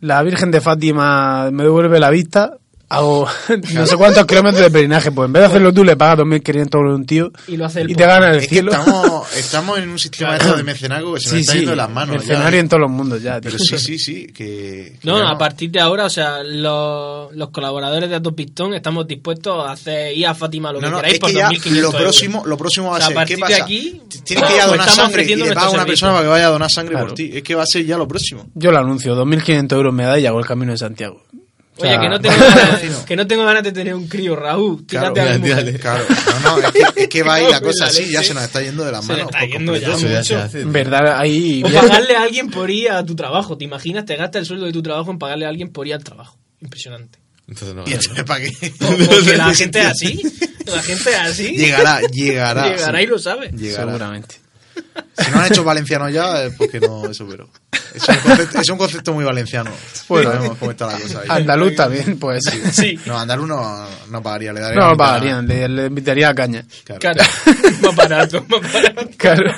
la Virgen de Fátima me devuelve la vista, hago no sé cuántos kilómetros de peregrinaje. Pues en vez de hacerlo tú, le pagas 2500 euros a un tío
Y lo hace el
y te
pobre.
gana el
Es que
cielo.
estamos, estamos en un sistema de esto de mecenaco que se nos está yendo de las manos. ya. ¿eh?
mercenario en todos los mundos ya, tío.
Pero sí, sí, sí. Que, que
No,
ya
a partir de ahora, o sea, los, los colaboradores de Atos Pistón estamos dispuestos a hacer ir a Fátima lo que
No, no,
queráis
es
por
que ya
2.500
lo
euros.
próximo, lo próximo va
O
a
sea, a
ser, ¿qué
partir de
pasa?
aquí,
Tienes que ir
pues,
a donar
estamos
sangre y
ofreciendo
le paga a una
nuestro
persona para que vaya a donar sangre
Claro.
por ti. Es que va a ser ya lo próximo.
Yo lo anuncio, 2500 euros me da y hago el camino de Santiago. O sea,
Oye, que no, tengo ganas, que no tengo ganas de tener un crío, Raúl. Tírate
Claro,
al
mira,
mundo.
Claro, no, no, es que, es que va ahí la
Cago en
cosa
la
así, ya
leche.
se nos está yendo de las
Se le
manos.
está
por
yendo
completo.
ya.
Eso ya
mucho.
se hace.
En
tío.
verdad, ahí.
O pagarle a alguien por ir a tu trabajo. ¿Te imaginas? Te gastas el sueldo de tu trabajo en pagarle a alguien por ir al trabajo. Impresionante.
Entonces no
¿Y
ganas.
entonces para qué?
Porque la gente es así. La gente es así.
Llegará, llegará.
Llegará y lo sabe.
Llegará.
Seguramente.
Si no han hecho valenciano ya, es porque no eso, pero. Es un concepto, es un concepto muy valenciano.
Bueno.
Sabemos cómo está la cosa ahí.
Andaluz también, pues.
Sí.
No, andaluz no, no pagaría, le daría.
No lo
mitad.
pagarían, le, le invitaría a caña.
Claro.
Claro. más barato, más barato.
Claro.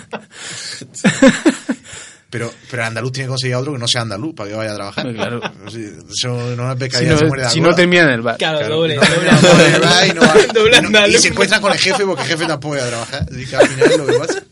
Pero, pero el andaluz tiene que conseguir a otro que no sea andaluz para que vaya a trabajar.
Pues claro.
Sí, Eso no es
Si
pescadilla, se muere
no,
de
si
aguda.
no termina en el bar.
Claro,
Claro,
doble,
no,
doble.
no, doble, va, y no va.
Doble
Y no-
andaluz.
Y se encuentra con el jefe porque el jefe tampoco puede trabajar. Así que al final es lo que pasa.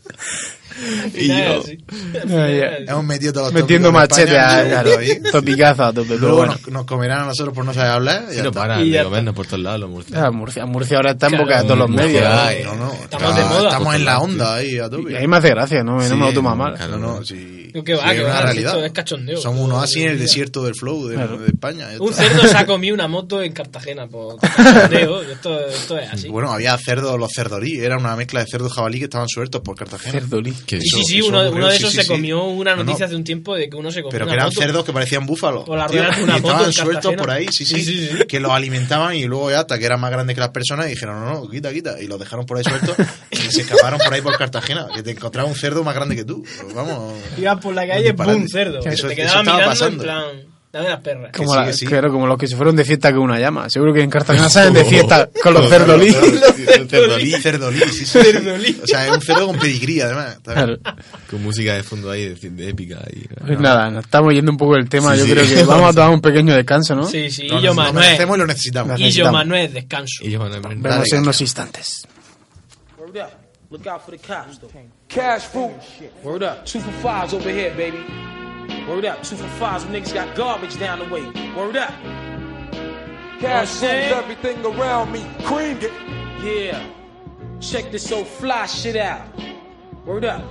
Y nada, sí.
Ah, ya.
Hemos metido todos los
Metiendo
tópicos de
machete
España,
a,
y
claro,
luego ahí.
topicazo a tope, pero
Luego
bueno.
nos, nos comerán a nosotros por no saber hablar. y
Si
ya
no
está.
paran
Y ya
de
está.
comernos por todos lados los murcianos.
Ah, Murcia, Murcia ahora está en boca de
Claro.
todos los
Murcia,
medios.
ay,
No, no,
Eh, Estamos de
está-
moda.
Estamos en la onda ahí a tope.
Y ahí me hace gracia, ¿no? No me lo toma mal.
claro.
No, no, sí.
No, que va,
sí,
que
es una
va,
realidad.
esto es cachondeo.
Somos unos así en el
Mira.
desierto del flow de,
Claro.
de España. ya
Un
está.
cerdo se ha comido una moto en Cartagena por cachondeo. y Esto, esto es así.
Bueno, había cerdos, los cerdorí. Era una mezcla de cerdos jabalí que estaban sueltos por Cartagena.
Cerdolí.
Que
Y
eso-
sí, sí,
eso
uno,
ocurrió,
uno de
sí,
esos
sí,
se
sí.
comió una
No, no.
noticia hace un tiempo de que uno se comió
Pero
una
que eran
moto.
cerdos que parecían búfalos.
Por la
tío,
rueda de
y
una moto
estaban
en
sueltos
Cartagena.
por ahí, sí
Sí,
sí,
sí, sí.
Que los alimentaban y luego ya hasta que eran más grandes que las personas y dijeron, no, no, quita, quita. Y los dejaron por ahí sueltos y se escaparon por ahí por Cartagena. Que te encontraba un cerdo más grande que tú. Pues vamos.
Ibas por la calle,
Disparate.
¡pum! Cerdo. Que
Eso-
te
eso
quedaba
estaba
mirando
pasando.
en plan, dame las perras.
Como,
sí,
la-
que sí.
claro, como los que se fueron de fiesta con una llama. Seguro que en Cartagena salen de fiesta con los cerdolí.
Cerdolí. Cerdolí, sí, sí.
Cerdolí.
O sea, es un cerdo con pedigrí, además.
Claro.
también.
Con música de fondo ahí, de, de épica. Y,
Pues nada, nos estamos yendo un poco del tema.
Sí,
Yo
sí.
creo que vamos a tomar un pequeño descanso, ¿no?
Sí, sí,
Lo
y yo
nece- lo
Manuel.
merecemos y lo necesitamos.
Y yo Manuel, descanso.
y yo, bueno, no,
Vemos
Dale,
en unos instantes.
Word up. Look out for the cops, though. Cash food. Word up. Two for fives over here, baby. Word up. Two for fives. Them niggas got garbage down the way. Word up. Cash rules everything around me. Cream it. Yeah. Check this old fly shit out. Word up.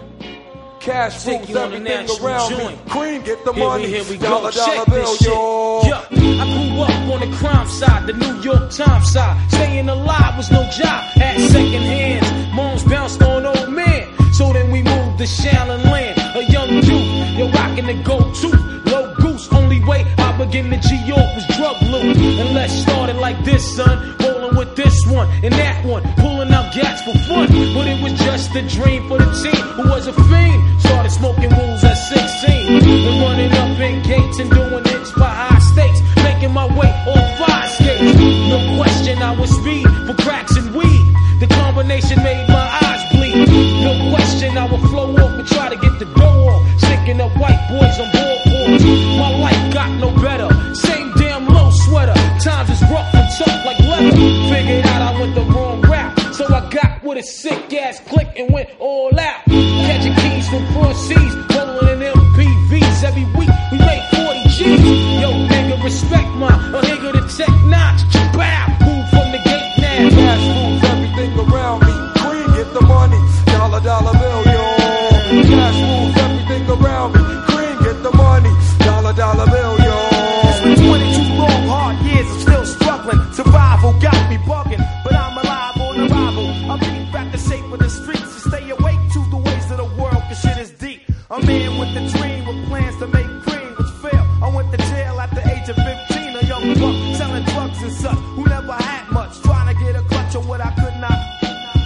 Cash Take you on the national joint.
Cream, get the
Here we, here we go. Check this shit. Yeah. I grew up on the crime side, the New York Times side. Staying alive was no job. At second hands, moms bounced on old man. So then we moved to Shaolin Land. A young dude, you're rocking the go-to. Low goose, only way I began to G-York was drug loot. And let's start it like this, son. Rolling with this one and that one. Pulling out gats for fun. But it was just a dream for the team who was a fiend. Started smoking rules at 16. And running up in gates and doing hits by high stakes. Making my way on five skates. No question, I was speed for cracks and weed. The combination made my eyes bleed. No question, I would flow off and try to get the dough off. Sticking up white boys on boardboards. My life got no better. Same damn low sweater. Times is rough and tough like leather. Figured out I went the wrong route. So I got with a sick ass click and went all out. Catching keys from front seas, rolling in MPVs every week. We make 40 G's. Yo, nigga, respect my, a nigga to tech notch. Bow, move from the gate now.
Cash rules everything around me. Cream, get the money. Dollar, dollar bill, yo. Cash rules everything around me. Cream, get the money. Dollar, dollar bill,
It's
yo.
been 22 long, hard years. I'm still struggling. Survival got me bugging, but I'm alive on arrival. I'm beating back the shape of the streets to stay awake to the ways of the world, cause shit is deep. A man with a dream with plans to make cream, which failed. I went to jail at the age of 15, a young buck selling drugs and such, who never had much, trying to get a clutch on what I could not.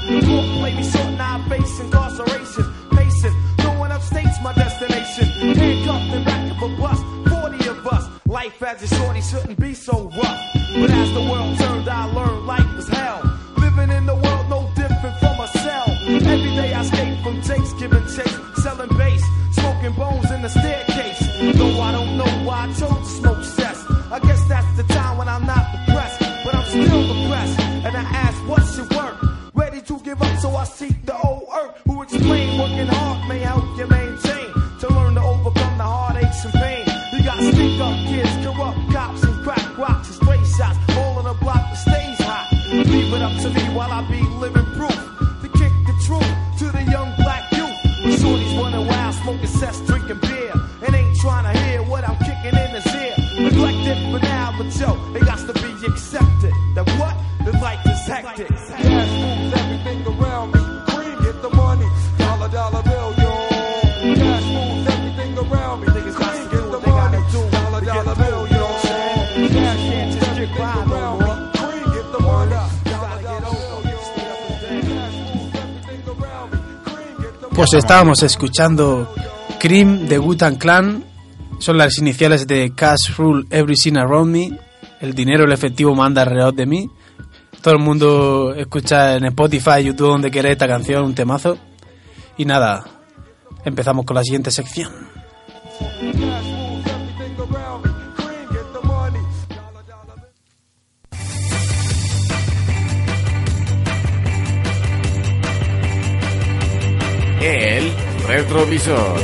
The court played me short, now I face incarceration. Pacing, throwing up states, my destination. Handcuffed and racked up a bus, 40 of us. Life as a shorty shouldn't be so rough. But as the world turned, I learned life was hell. Living in the world no different from a cell. Every day I skate from takes, giving chase, selling bass, smoking bones in the staircase. Though I don't know why I chose to smoke cess. I guess that's the time when I'm not depressed, but I'm still depressed. And I ask, what should work? Ready to give up, so I seek the old earth. Who explain working hard may help you maintain. To learn to overcome the heartaches and pain. You got sneak up kids, corrupt cops, and crack rocks and stray shots. All in a block that stays hot. Leave it up to me while I be living proof. To kick the truth to the young black youth. But shorties running wild, smoking cess, drinking beer. And ain't trying to hear what I'm kicking in his ear. Neglected for now, but yo, it got to be accepted. That what? The life is hectic.
Cash rules everything around me. Cream, get the money. Dollar, dollar bill, yo. Cash rules everything around me.
Niggas got
Cream, get
to do
the money. Dollar,
what they gotta do to get
dollar
through,
bill,
you know
yo.
what I'm saying?
Cash
Can't just get
everything
by no
around
more.
me. Cream, get the money. Dollar,
Gotta get
dollar bill,
over
yo.
it. Stay up and down.
Cash rules everything around me. Cream, get the
Pues estábamos escuchando Cream de Wu-Tang Clan Son las iniciales de Cash Rule Everything Around Me. El dinero, el efectivo manda alrededor de mí. Todo el mundo escucha en Spotify, YouTube, donde quiera esta canción, un temazo. Y nada, empezamos con la siguiente sección.
El retrovisor.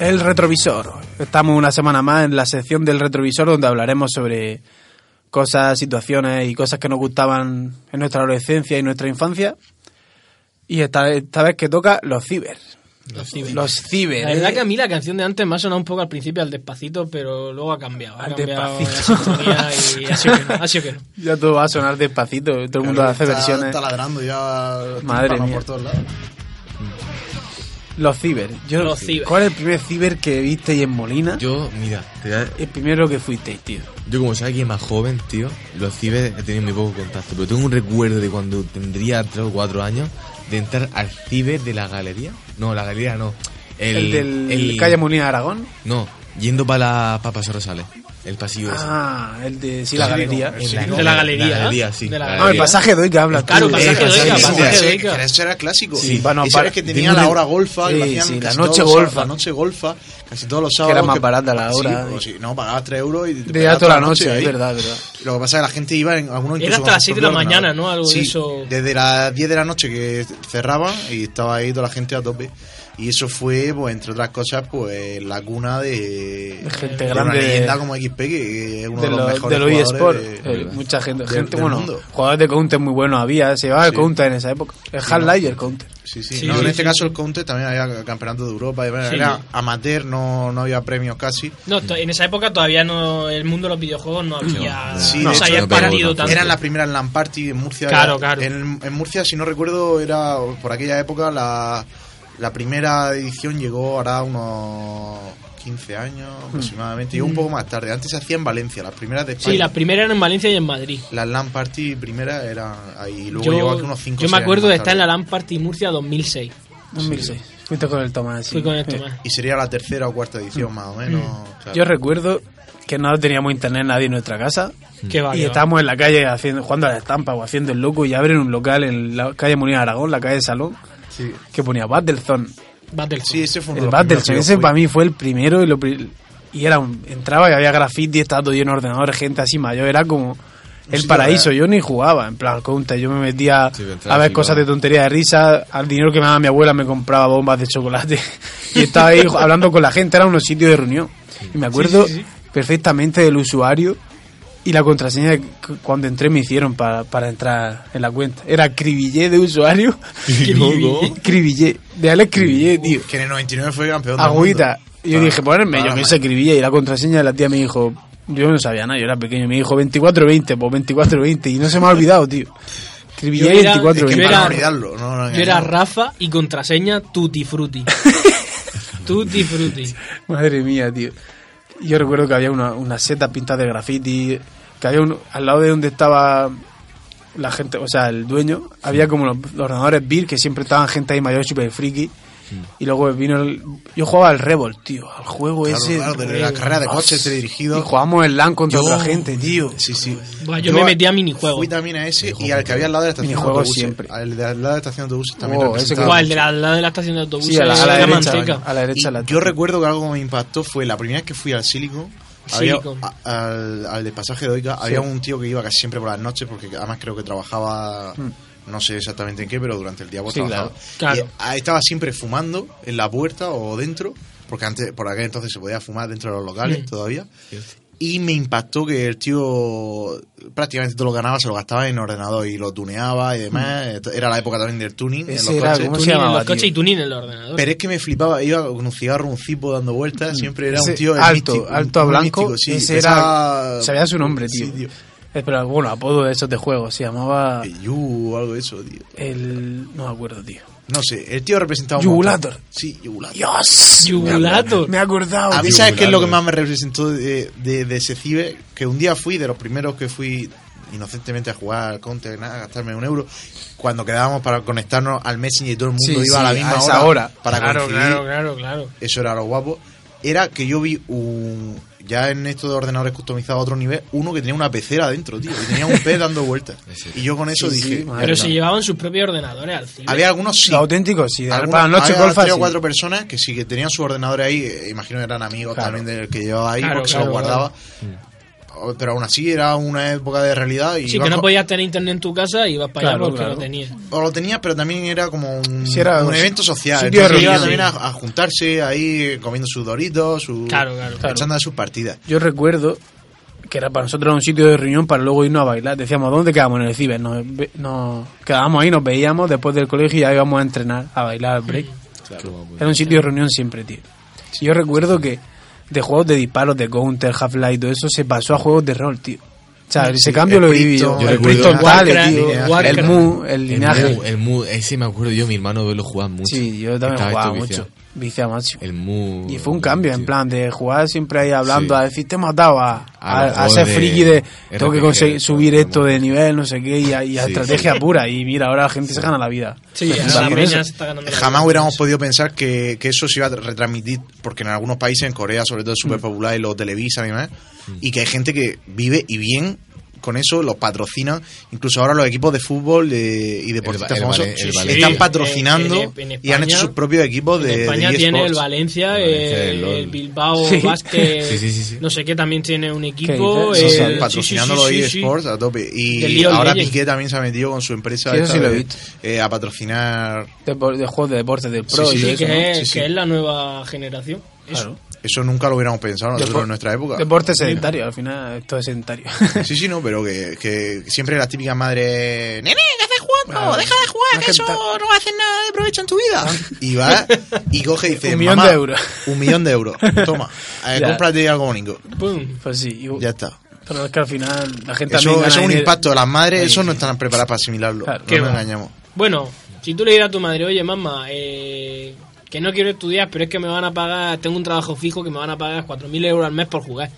El retrovisor. Estamos una semana más en la sección del retrovisor donde hablaremos sobre cosas, situaciones y cosas que nos gustaban en nuestra adolescencia y nuestra infancia. Y esta, esta vez que toca los ciber.
Los ciber.
Los ciber.
La verdad que a mí la canción de antes me ha sonado un poco al principio al despacito, pero luego ha cambiado. Ha
Al
cambiado
Despacito.
la sintonía y ha sido que no. Ha sido que no.
Ya todo va a sonar despacito, todo el mundo hace
está,
versiones.
Está ladrando ya. los
Madre
tímpanos
mía.
Por todos lados.
Los ciber. Yo,
Los ciber.
¿Cuál es el primer ciber que visteis en Molina?
Yo, mira, te da-
El primero que fuisteis, tío.
yo como soy alguien más joven, tío, los ciber he tenido muy poco contacto, pero tengo un recuerdo de cuando tendría 3 o 4 años de entrar al ciber de la galería. No, la galería no.
El,
El,
del
el-
calle Molina de Aragón.
No, yendo para la Papas Rosales, el pasillo ese.
Ah, el de sí, la
Sí, digo,
galería.
el
En
sí,
De la galería,
La
¿eh?
galería, sí. Ah,
De la
la
galería.
No, el
galería.
pasaje de hoy que habla.
Claro,
tú.
pasaje de
Eh,
hoy,
pasaje
capaz.
de hoy.
Pasaje de
Ese,
hoy, claro.
que ese era clásico.
Sí, bueno,
ese era
para-
el que tenía
tengo
la
un-
hora golfa. que
Sí,
lo hacían
sí, la
casi
noche
todos los
golfa.
sábados, La noche golfa. Casi todos los
era
sábados.
más barata la hora,
Sí,
eh.
pues sí, no, pagabas 3 euros y te
De ya
pegabas
toda la noche, es
ahí.
verdad, verdad.
Lo que pasa es que la gente iba en algunos
Era
incluso
hasta
con
las
su
siete de la
propio
mañana,
ordenador.
¿no? Algo de
sí,
eso.
Desde las 10 de la noche que cerraban y estaba ahí toda la gente a tope. Y eso fue, pues, entre otras cosas, pues la cuna de,
De gente
de
grande.
una leyenda como XP, que es uno de,
De
los,
los, de
mejores
los eSports.
jugadores de-
Eh, mucha gente,
del-
gente
del
bueno,
mundo.
jugadores de counter muy buenos había. Se llevaba el
Sí.
counter en esa época. El Half-Life y el counter.
Sí, sí.
Sí,
No,
sí,
en este
sí.
caso el Counter también había campeonato de Europa, era
Sí.
era amateur, no, no había premios casi.
No, to- en esa época todavía no el mundo de los videojuegos no había
Sí,
no
de
se
hecho,
había
no pegó
expandido
tanto.
tanto.
Eran las primeras LAN party en Murcia.
Claro,
Era-
claro.
En, en Murcia, si no recuerdo, era por aquella época la, la primera edición llegó hará unos 15 años
Hmm.
aproximadamente. Llegó un poco más tarde. Antes se hacía en Valencia, las primeras de España.
Sí, las primeras eran en Valencia y en Madrid.
Las LAN party primeras eran ahí. Luego llegó
Yo,
aquí unos 5
yo me acuerdo de estar en la LAN Party Murcia 2006.
2006. Fuiste con el Tomás. sí.
Fui con el
Eh,
Tomás.
Y sería la tercera o cuarta
Hmm.
edición más o menos. claro.
Yo recuerdo que no teníamos internet nadie en nuestra casa.
Qué va,
Mm. y
qué va.
estábamos en la calle haciendo, jugando a la estampa o haciendo el loco y abren un local en la calle Molina Aragón, la calle Salón,
sí.
que ponía Battlezone.
Battlefront.
Sí, ese fue
El
uno de los primeros que
Battlezone,
yo
ese
fui.
para mí fue el primero y lo pri- y era un- entraba y había graffiti, estaba todo lleno de ordenadores, gente así mayor, era como el
sitio
paraíso,
para-
yo ni jugaba, en plan al counter, yo me metía
Sí, entrar
a ver
así,
cosas
¿no?
de tontería de risa, al dinero que me daba mi abuela me compraba bombas de chocolate y estaba ahí hablando con la gente, era un sitio de reunión. Y me acuerdo
Sí, sí, sí.
perfectamente del usuario y la contraseña que cu- cuando entré me hicieron para, para entrar en la cuenta. Era cribillé de usuario.
¿Cómo?
cribillé. De Alex Cribillé, tío.
Que en el 99 fue campeón. del
Agüita.
mundo.
Y yo
Ah,
dije, ponerme, yo
ah,
me hice cribillé. Y la contraseña de la tía me dijo, yo no sabía nada, yo era pequeño. Me dijo 24-20, pues 24-20. Y no se me ha olvidado, tío. Cribillé
Yo era-
Es que
24-20.
Yo
para
era-
no olvidarlo. No, no,
Yo era
no.
Rafa y contraseña Tutti Frutti. Tutti Frutti.
Madre mía, tío. Yo recuerdo que había una, unas setas pintadas de graffiti, que había un, al lado de donde estaba la gente, o sea, el dueño, había como los, los ordenadores Bill, que siempre estaban gente ahí mayor, super friki. Y luego vino el, Yo jugaba al Rebel, tío, al juego
Claro,
ese.
claro, de la carrera de coches, te
Y
dirigido.
jugábamos el LAN contra
Yo-
otra gente, tío.
Sí, sí.
Buah, yo me metí a minijuegos.
Fui también a ese y al que había al lado de la estación de
Minijuegos
autobuses.
siempre.
Al de al lado de la estación de autobuses también.
Wow, ese
representaba
¿Cuál?
mucho.
De la, al lado de la estación de autobús.
Ah, Sí, a la, a la
de
derecha.
Manteca.
A la derecha.
Y
la-
yo recuerdo que algo que me impactó fue la primera vez que fui al Silicon. había-
Silicon.
a- al, al de pasaje de Oica había un tío que iba casi siempre por las noches porque además creo que trabajaba no sé exactamente en qué pero durante el día
Mm.
vos
Sí,
trabajaba
claro. Claro.
Y, ah, estaba siempre fumando en la puerta o dentro porque antes por aquel entonces se podía fumar dentro de los locales
Mm.
todavía y me impactó que el tío prácticamente todo lo que ganaba se lo gastaba en ordenador y lo tuneaba y demás era la época también del tuning en
Mm. Ese
los
era
coches.
como ¿Cómo se
Tuning en
llamaba,
los coches
tío?
y tuning en el ordenador.
Pero es que me flipaba, iba con un cigarro, un cipo dando vueltas, siempre era
Mm. Ese
un tío
alto,
místico,
alto a
muy
blanco.
místico, sí,
ese
pesaba-
era, sabía su nombre, tío.
Sí, tío.
Eh, Pero bueno, apodo de esos de juego, se llamaba
Eh, Yu o algo de eso, tío.
el no me acuerdo, tío.
No sé, el tío representaba un
Yugulator.
montón. Sí, Yugulator.
Dios.
Yugulator.
Me he acordado.
A mí,
tío.
¿sabes qué es lo que
Yugulator.
más me representó de, de, de ese ciber? Que un día fui, de los primeros que fui inocentemente a jugar al counter, nada, a gastarme un euro, cuando quedábamos para conectarnos al Messenger y todo el mundo
Sí,
iba a la
sí,
misma
a esa hora.
para
claro,
coincidir.
claro, claro, claro.
eso era lo guapo, era que yo vi un. Ya en esto de ordenadores customizados a otro nivel, uno que tenía una pecera adentro, tío, y tenía un pez dando vueltas. Y yo con eso
Sí, sí,
dije.
madre
Pero
mía.
se llevaban sus propios ordenadores al ciber.
Había algunos sí.
Lo auténtico, sí. de-
algunos-
para la noche
había
golfa,
tres o
sí.
cuatro personas que sí que tenían su ordenador ahí, eh, imagino que eran amigos
Claro.
también del que llevaba ahí,
Claro,
porque se
claro,
lo guardaba. O- Pero aún así era una época de realidad y
Sí,
iba
que no
con-
podías tener internet en tu casa y ibas para allá
Claro,
porque
claro.
no tenías.
o lo tenías, pero también era como un,
Sí, era
un
un
evento social.
sitio de
Entonces iba
reunión.
también a, a juntarse ahí eh, comiendo sus doritos, su,
Claro, claro.
echando sus partidas.
Yo recuerdo que era para nosotros un sitio de reunión para luego irnos a bailar. Decíamos, ¿dónde quedamos? En el ciber. Nos, ve- nos quedábamos ahí, nos veíamos después del colegio y ya íbamos a entrenar, a bailar al break. Era un sitio de reunión siempre, tío. Y yo recuerdo que de juegos de disparos, de Counter, Half-Life, todo eso, se pasó a juegos de rol, tío. O sea, ese cambio
el
lo viví yo.
Priston,
yo
El
recuerdo-
Priston Tale,
Warcraft,
tío.
Warcraft.
El Mu, el
El
linaje.
Mu, el Mu, ese me acuerdo yo, mi hermano verlo jugar mucho.
Sí, yo también
Estaba
jugaba
esto
mucho.
viciado.
Vicia máximo.
El Mu.
Y fue un cambio, en
tío.
plan, de jugar siempre ahí hablando,
Sí.
a decir, te he matado, a,
A
a-
lo
a
mejor
ser
de
friki de, tengo que
RPG,
conseguir,
todo,
subir
todo.
esto de nivel, no sé qué, y a, y a
Sí,
estrategia pura. Y mira, ahora la gente se gana la vida.
Sí,
Pues,
ahora la
por
peña
eso.
se está ganando la
Eh, Jamás
vida.
hubiéramos podido pensar que, que eso se iba a retransmitir, porque en algunos países, en Corea sobre
Hmm.
todo es súper popular y lo televisan y demás, y que hay gente que vive y bien con eso, los patrocinan, incluso ahora los equipos de fútbol eh, y deportistas
El Va- el
famosos
Valen- el
sí, sí,
Valencia.
están patrocinando
En- en
y han hecho
España-
sus propios equipos de,
en
de
España tiene el
eSports.
Valencia,
El Valencia,
el,
el LOL.
el Bilbao
Sí.
Basket,
Sí, sí, sí, sí.
no sé qué, también tiene un equipo.
¿Qué
el-
dices?
Sí,
Sí,
sí,
sí,
patrocinando
sí,
los
sí, sí.
eSports a tope.
Del
Y
League of
ahora
Legends.
Piqué también se ha metido con su empresa
Sí, eso
esta
sí lo he
de-
visto.
eh, a patrocinar.
De, por- de juegos de deportes, de pro
Sí,
y
Sí,
todo
que,
eso, ¿no?
es,
Sí, sí.
que es la nueva generación. Eso.
Claro.
Eso nunca lo hubiéramos pensado nosotros
Depo-
en nuestra época.
Deporte sedentario, al final esto es sedentario.
Sí, sí, no, pero que, que siempre las típicas madres. Nene, ¿qué haces jugando?
Claro.
Deja de jugar,
Una
que eso
gente-
no va a hacer nada de provecho en tu vida. Y va y coge y dice:
Un millón
"Mamá,
de euros".
Un millón de euros. Toma, eh,
Ya.
cómprate algo bonito.
Pum.
pues sí, y-
Ya está.
pero es que al final la gente también
Eso, eso
gana
es un
dinero.
impacto de las madres, eso no están preparadas para asimilarlo.
Claro.
no
Qué
nos
va.
engañamos.
Bueno, si tú le dices a tu madre, oye, mamá, eh, que no quiero estudiar, pero es que me van a pagar, tengo un trabajo fijo que me van a pagar 4.000 euros al mes por jugar.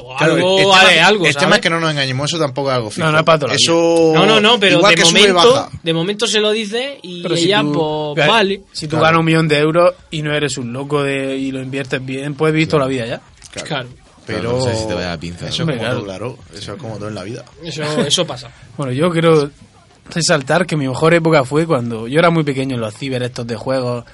O
Claro,
algo,
el
vale,
tema,
algo,
el tema
¿sabes?
es que no nos engañemos, eso tampoco es algo fijo.
no es para toda la vida.
Eso.
No, no, no, pero
igual
de
que sube y
momento,
baja.
de momento se lo dice y
Pero
ella,
tú,
pues,
ga-
vale.
si tú ganas un millón de euros y no eres un loco de, y lo inviertes bien, pues has visto la vida ya.
Claro.
Claro,
Pero.
No sé si te vaya la pinza.
Eso es
Hombre,
como todo,
claro.
claro. Eso es como todo en la vida.
eso, eso pasa.
Bueno, yo quiero resaltar que mi mejor época fue cuando yo era muy pequeño en los ciber estos de juegos.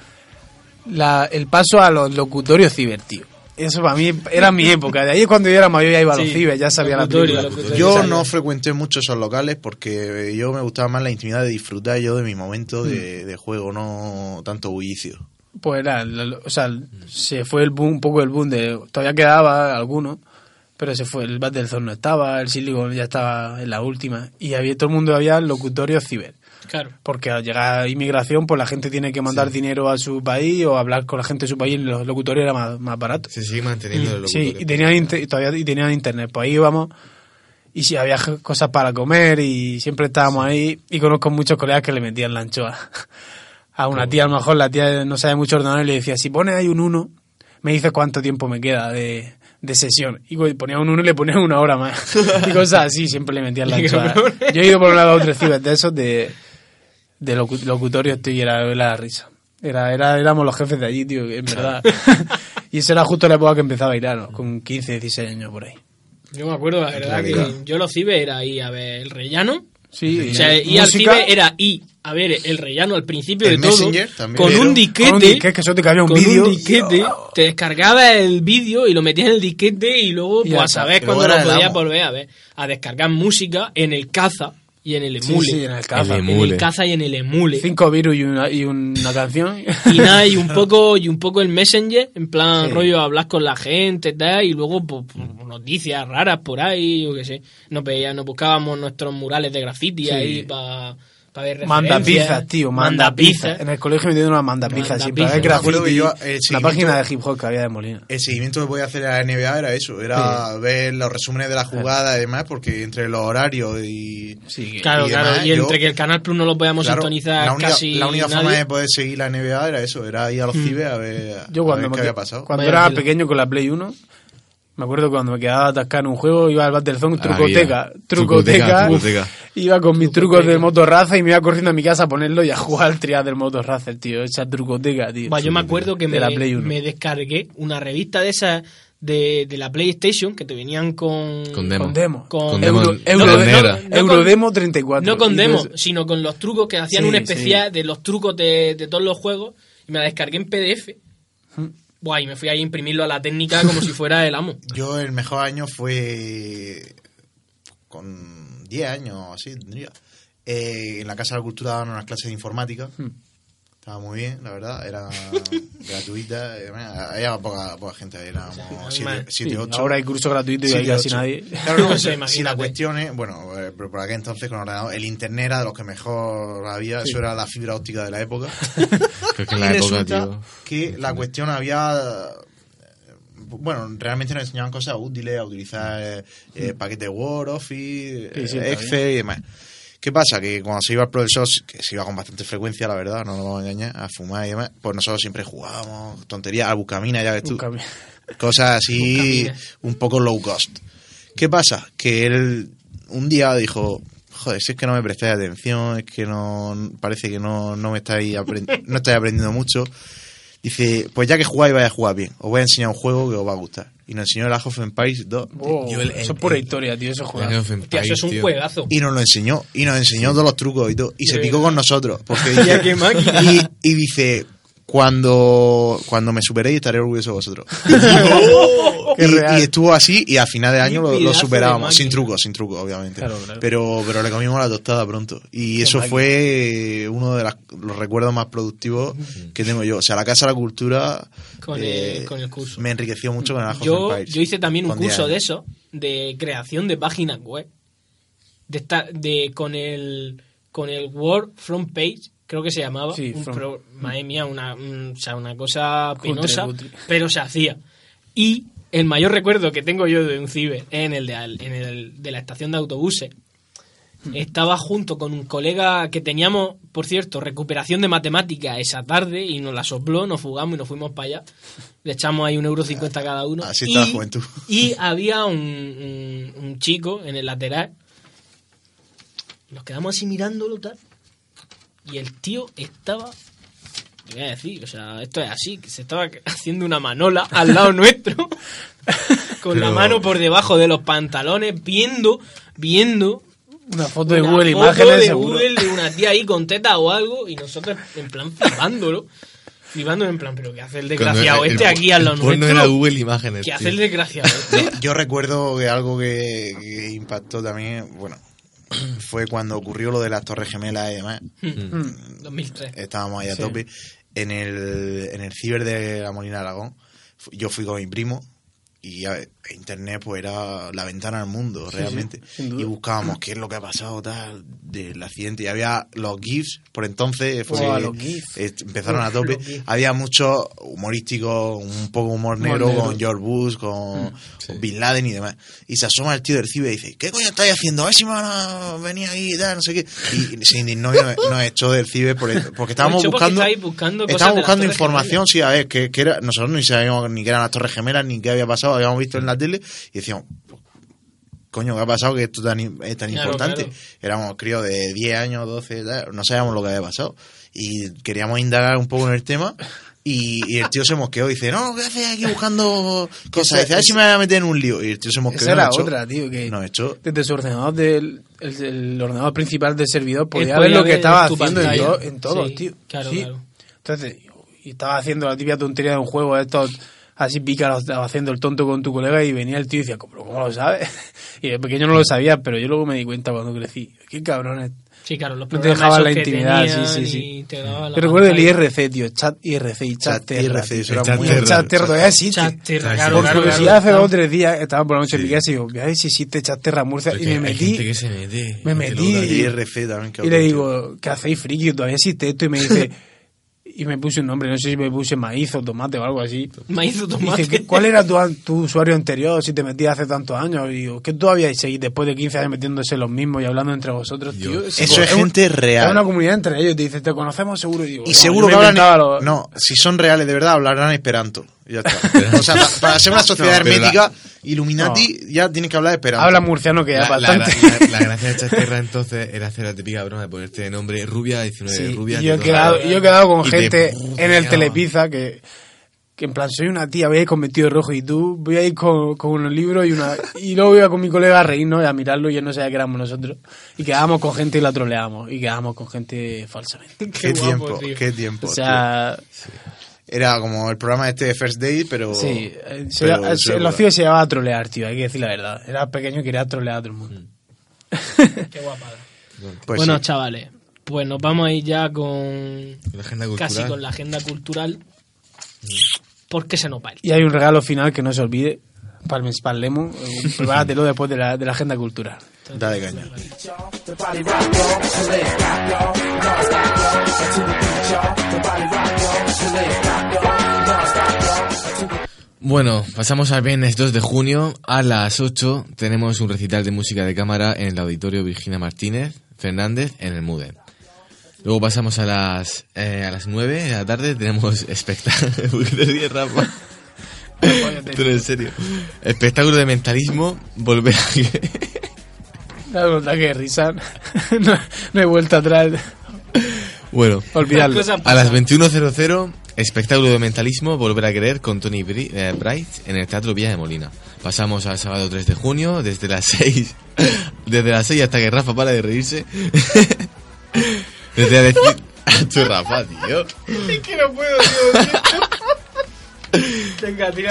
La- el paso a los locutorios ciber, tío. Eso para mí era mi época. De ahí es cuando yo era mayor ya iba a los
Sí,
ciber, ya sabía la
locutorio,
película.
locutorio.
Yo
Exacto.
no frecuenté mucho esos locales porque yo me gustaba más la intimidad de disfrutar yo de mi momento de, de juego, no tanto bullicio.
Pues era, lo- lo- o sea, se fue el boom, un poco el boom de. Todavía quedaba alguno, pero se fue. El Battlezone no estaba, el Silicon ya estaba en la última. Y había todo el mundo había locutorios ciber.
Claro.
Porque al llegar inmigración, pues la gente tiene que mandar dinero a su país o hablar con la gente de su país. Los locutorios era más, más barato.
Se sigue manteniendo el
Mm, Sí,
locutorio.
y tenían, inte- y todavía, y tenían internet. Pues ahí íbamos y si había j- cosas para comer y siempre estábamos ahí. Y conozco muchos colegas que le metían la anchoa. A una tía, a lo mejor la tía no sabe mucho ordenar y le decía, si pones ahí un 1, me dices cuánto tiempo me queda de, de sesión. Y co- ponía un 1 y le ponía una hora más. Y cosas así, siempre le metían la
Qué
anchoa.
cabrón. eh.
Yo he ido por una dos o tres cibers de esos de, de locu- locutorio, estoy y era, era la risa. Era, era, éramos los jefes de allí, tío, en verdad. y esa era justo la época que empezaba a ir, ¿no? Con 15, 16 años por ahí.
Yo me acuerdo, la verdad, que yo los ciber era ahí a ver el rellano.
Sí,
O sea, y al
música
ciber era y a ver el rellano al principio
El
de todo.
Messenger también.
Con
Pero-
un diquete.
con un disquete, que eso te cabía un
con
vídeo.
un disquete, te descargaba el vídeo y lo metías en el disquete y luego,
Y
pues,
ya
a
está.
saber
Y
cuándo
luego
lo
era el
podías
amo.
volver a ver. A descargar música en el caza y en el
Sí,
emule.
sí, en el caza.
El
en
Emule.
el caza y en el emule.
Cinco virus y una, y una canción.
Y nada, y un poco, y un poco el messenger, en plan rollo hablar con la gente, tal, y luego pues, pues, noticias raras por ahí, yo qué sé. Nos veía, nos buscábamos nuestros murales de graffiti ahí para para ver
Manda
referencias.
pizza, tío, manda, pizza. En el colegio me dieron una manda pizza
Manda
siempre.
pizza.
Había
Me
acuerdo
graffiti,
que yo, eh, sí,
la página
mucho-
de hip hop que había de Molina.
El seguimiento que podía hacer a la NBA era eso, era ver los resúmenes de la jugada y demás, porque entre los horarios y...
Sí,
Claro,
y
claro.
además
y
yo-
entre que el Canal Plus no lo podíamos
Claro,
sintonizar
la única,
casi
la única
nadie.
forma de poder seguir la NBA era eso, era ir a los cibes a ver,
Yo
a
cuando, me
ver qué
que-
había pasado.
cuando
Vaya
era
tela.
pequeño con la Play 1, me acuerdo que cuando me quedaba atascado en un juego, iba al Battlezone,
Ah,
Maravilla.
trucoteca,
Trucoteca,
trucoteca,
trucoteca.
iba con mis trucos del motorraza y me iba corriendo a mi casa a ponerlo y a jugar al triad del motorraza, tío, esa trucoteca, tío.
Buah, yo me acuerdo que
De
me,
la Play uno.
me descargué una revista de esas de, de la PlayStation que te venían con.
Con demo.
con demo.
Con-
Con
Euro,
demo-
Euro-
con
Euro-
negra.
No con-
Eurodemo 34.
No con
Y
demos,
entonces-
sino con los trucos que hacían
Sí,
un especial de los trucos de, de todos los juegos. Y me la descargué en PDF. Buah, y me fui ahí a imprimirlo a la técnica como si fuera el amo.
Yo el mejor año fue con 10 años o así, tendría. Eh, en la Casa de la Cultura daban unas clases de informática.
Hmm.
Estaba muy bien, la verdad. Era gratuita. eh, Había poca, poca gente, éramos
Sí, normal.
7
Sí,
8.
ahora hay curso gratuito y
Sí,
hay casi
ocho.
nadie.
Claro, no,
No sé,
si- si
imagínate.
la cuestión es, bueno, eh, pero por aquel entonces con ordenador, el internet era de los que mejor había, eso era la fibra óptica de la época.
Creo que
Y
en la época,
resulta
tío.
que la cuestión había eh, bueno, realmente nos enseñaban cosas útiles a utilizar eh,
Hmm.
eh, paquete Word, Office,
Sí, sí, está
eh, Excel y demás. ¿Qué pasa? Que cuando se iba el profesor, que se iba con bastante frecuencia, la verdad, no nos vamos a engañar, a fumar y demás, pues nosotros siempre jugábamos tonterías, al buscamina, ya ves tú
Nunca me-
cosas así
Buscaminas.
un poco low cost. ¿Qué pasa? Que él un día dijo, joder, si es que no me prestáis atención, es que no parece que no, no me estáis, aprend- no estáis aprendiendo mucho. Dice, pues ya que jugáis vais a jugar bien, os voy a enseñar un juego que os va a gustar. Y nos enseñó el Age of Empires 2.
Oh,
Yo el-
eso
el-
es pura
el-
historia, tío, eso juega.
Age of Empires,
Hostia, eso es un
tío.
juegazo.
Y nos lo enseñó, y nos enseñó todos los trucos y todo. Y se
Qué
picó
verdad.
con nosotros. Porque dice-
qué máquina.
y, y dice, cuando, cuando me superéis estaré orgulloso de vosotros.
Oh, Qué
y,
real.
y estuvo así y a final de
Qué
año lo- lo,
pedazo de
superábamos. Sin
máquina.
truco, sin truco, obviamente.
Claro, claro.
Pero, pero le comimos la tostada pronto. Y eso
máquina.
fue eh, uno de las- los recuerdos más productivos que tengo yo. O sea, la Casa de la Cultura eh,
Con el- con el curso.
me enriqueció mucho con el Age of
Yo,
Empires.
yo hice también un
Con 10
curso de
años.
eso, de creación de páginas web. De esta, de con el con el Word Front Page, creo que se llamaba.
Sí,
un
front.
pro- madre mía, una, un- o sea, una cosa
Cutre,
penosa,
cutre.
pero se hacía. Y el mayor recuerdo que tengo yo de un ciber es en el de, al- en el de la estación de autobuses. Estaba junto con un colega que teníamos, por cierto, recuperación de matemática esa tarde y nos la sopló, nos fugamos y nos fuimos para allá. Le echamos ahí un euro cincuenta cada uno.
Así
y,
está la juventud.
Y había un, un- un chico en el lateral. Nos quedamos así mirándolo tal. Y el tío estaba. ¿Qué voy a decir? O sea, esto es así, que se estaba haciendo una manola al lado nuestro. con la
Pero-
mano por debajo de los pantalones, viendo, viendo
Una foto de
una
Google
foto
Imágenes
de
seguro.
Google de una tía ahí con teta o algo y nosotros en plan flipándolo. Flipándolo en plan, pero ¿qué hace el desgraciado
Cuando el-
este
el-
aquí al lado
el porno era
nuestro?
Google Imágenes.
¿Qué
tío.
hace el desgraciado este?
Yo recuerdo que algo que, que impactó también, bueno, fue cuando ocurrió lo de las Torres Gemelas y demás.
2003.
Eh,
estábamos ahí a
Sí.
tope, en el, en el ciber de la Molina de Aragón, fu- yo fui con mi primo y a ver, internet pues era la ventana al mundo realmente
sin duda.
y buscábamos qué es lo que ha pasado tal del accidente y había los gifs por entonces fue-
Buah, los GIFs.
eh, empezaron a
Los
tope
GIFs.
había muchos humorísticos un poco humor negro,
negro.
con George Bush
Mm,
con Bin Laden y demás y se asoma el tío del ciber y dice ¿qué coño estáis haciendo? a ver si me van a venir aquí y tal no sé qué y se indignó y nos, nos echó del ciber por esto, porque estábamos
Mucho porque
buscando,
estáis buscando cosas
estábamos
de las
buscando
Torres
información, sí, a ver, que, que era, nosotros ni sabíamos ni que eran las Torres Gemelas, ni qué había pasado, habíamos visto en la tele y decíamos, "Pues, coño, ¿qué ha pasado que esto tan, im- es tan
Claro,
importante?
claro.
Éramos críos de 10 años, 12, tal, no sabíamos lo que había pasado y queríamos indagar un poco en el tema. Y, y el tío se mosqueó y dice, no, ¿qué haces aquí buscando cosas? Dice, a ver si me voy a meter en un lío. Y el tío se mosqueó.
Esa
y nos
era
echó.
otra, tío, que
Nos echó.
desde su ordenador del el, el ordenador principal del servidor podía
podía
ver lo que
ver
estaba
tu
haciendo en,
pantalla.
todo- en todo,
Sí,
tío.
claro,
Sí.
claro.
Entonces, y estaba haciendo la típica tontería de un juego, estos así pícaros, estaba haciendo el tonto con tu colega y venía el tío y decía, ¿cómo, cómo lo sabes? Y de pequeño no lo sabía, pero yo luego me di cuenta cuando crecí. Qué cabrones.
Sí, claro, los
No te
programas
dejaban
esos
la
que
intimidad,
tenían
sí, sí,
y te daban la
Yo recuerdo el
pantalla.
IRC, tío. Chat IRC y chat,
Chat
Terra,
IRC, eso
tío.
era muy
El
raro.
Chat Terra todavía existe.
Chaterra,
Sí,
claro,
Por
claro,
curiosidad,
claro.
hace dos o tres días estaba por la noche en
Sí.
mi casa y digo, ay, si existe chat Terra Murcia.
Porque
Y me
hay gente
metí
que se mete. este
me
te lo
metí
da.
El IRC también. que
y le
otro,
digo, ¿qué hacéis, friki? ¿Todavía existe esto? Y me dice, y me puse un nombre, no sé si me puse maíz o tomate o algo así.
Maíz o
Y
tomate.
Dice, "¿Qué- ¿cuál era tu, an- tu usuario anterior si te metías hace tantos años? Y digo, ¿qué todavía seguís después de 15 años metiéndose los mismos y hablando entre vosotros, tío?
tío. Eso es gente
Es
real.
una comunidad entre ellos, te dice, te conocemos seguro. Y, digo,
Y
"No, yo
seguro
me
que hablan.
inventaba los-
No, si son reales de verdad, hablarán esperanto. Ya está. o sea, pa- para ser una sociedad
No, pero
hermética, Illuminati, ya tienes que hablar de esperanto.
habla murciano que ya
La,
es
la,
bastante.
gra- la- la gracia de Chaterra entonces era hacer la típica broma de ponerte de nombre rubia, 19
Sí,
rubia.
y yo, he
te-
quedado, yo he quedado con
y te-
gente en el
puteaba.
Telepizza que, que en plan soy una tía, voy a ir con vestido rojo y tú voy a ir con, con unos libros y una y luego iba con mi colega a reírnos y a mirarlo y yo no sabía que éramos nosotros. Y quedábamos con gente y la troleábamos y quedábamos con gente falsamente.
Qué,
guapo,
tiempo,
tío.
qué tiempo.
O sea,
tío. Era como el programa este de First Day,
Oh,
pero.
sí, eh, se-
pero
eh, se-
seguro.
los tíos se llevaban a trolear, tío, hay que decir la verdad. Era pequeño y quería trolear a todo el mundo.
Mm.
Qué guapada.
Pues
bueno,
sí.
chavales, pues nos vamos a ir ya con
La agenda cultural.
casi con la agenda cultural. Porque se nos va el-
Y hay un regalo final que no se olvide. Palmes, palemos, eh, prepáratelo después de la, de la agenda cultural.
Dale caña.
Bueno, pasamos al viernes 2 de junio. A las 8 tenemos un recital de música de cámara en el auditorio Virginia Martínez Fernández en el MUDE. Luego pasamos a las, eh, a las 9 de la tarde. Tenemos espectáculo. ¿Por qué te ríes, Rafa? Pero en serio. Espectáculo de mentalismo. Volver a.
La verdad que risa. No, no he vuelto atrás.
bueno.
Olvidarlo.
Cosas
A las
pasan.
21.00, espectáculo de mentalismo, volver a creer con Tony Bri- eh, Bright en el Teatro Villa de Molina. Pasamos al sábado 3 de junio, desde las 6, desde las 6 hasta que Rafa para de reírse. desde a decir... Tú, Rafa, tío.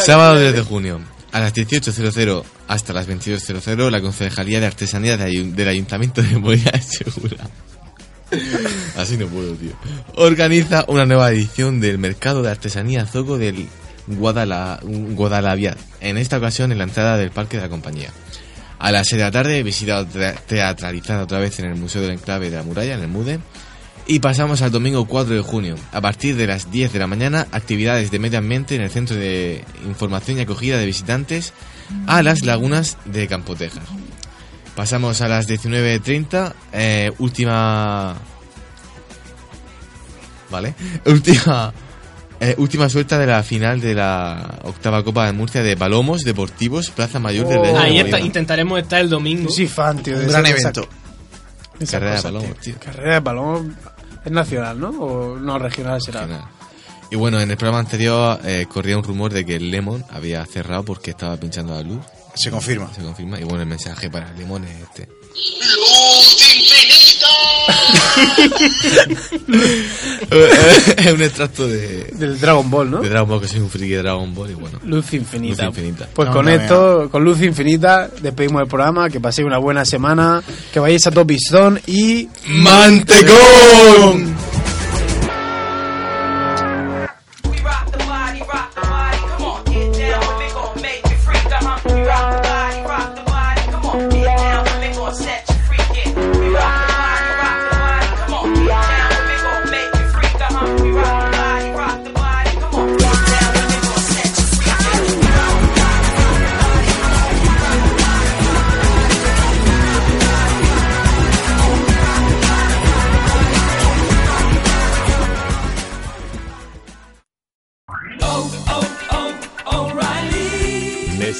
Sábado 3 de junio, a las 18.00 hasta las 22.00, la Concejalía de Artesanía de Ayu- del Ayuntamiento de Molina de Segura. Así no puedo, tío. Organiza una nueva edición del Mercado de Artesanía Zoco del Guadala, Guadalavia. En esta ocasión en la entrada del Parque de la Compañía. A las 6 de la tarde, visita tra- teatralizada otra vez en el Museo del Enclave de la Muralla, en el MUDE. Y pasamos al domingo 4 de junio. A partir de las 10 de la mañana, actividades de medio ambiente en el Centro de Información y Acogida de Visitantes a las lagunas de Campotejas. Pasamos a las 19.30, eh, última ¿vale? Última, eh, última suelta de la final de la octava Copa de Murcia de Palomos Deportivos, Plaza Mayor del Real de
Oh. Ahí está,
Molina.
Ah, intentaremos estar el domingo.
Yo soy fan, tío. de
Un
esas
gran
cosas-
evento.
de esas
Carrera de
cosas,
palomos, tío.
Carrera de palomos es nacional, ¿no? O no, regional será.
Nada. Y bueno, en el programa anterior eh, corría un rumor de que el Lemon había cerrado porque estaba pinchando la luz.
Se confirma.
Se confirma. Y bueno, el mensaje para el Lemon es este. Eh, es un extracto de,
Del Dragon Ball, ¿no?
de Dragon Ball, que soy un friki de Dragon Ball y bueno.
Luz infinita.
Luz infinita.
Pues
No,
con
no,
esto, con Luz infinita, despedimos el programa. Que paséis una buena semana. Que vayáis a Top Zone y.
¡Mantecón!
We rock the body, rock the body. Come on, get down. We gon' make you free. Uh-huh. We rock the body, rock the body. Come on, get down. We gon' set you free. Yeah. We rock the body, rock the body. Come on, get down. We gon' make you free. Uh-huh. We rock the body, rock the body. Come on, get down. We gon' set you free. Yeah. We rock the body, rock the body. Come on.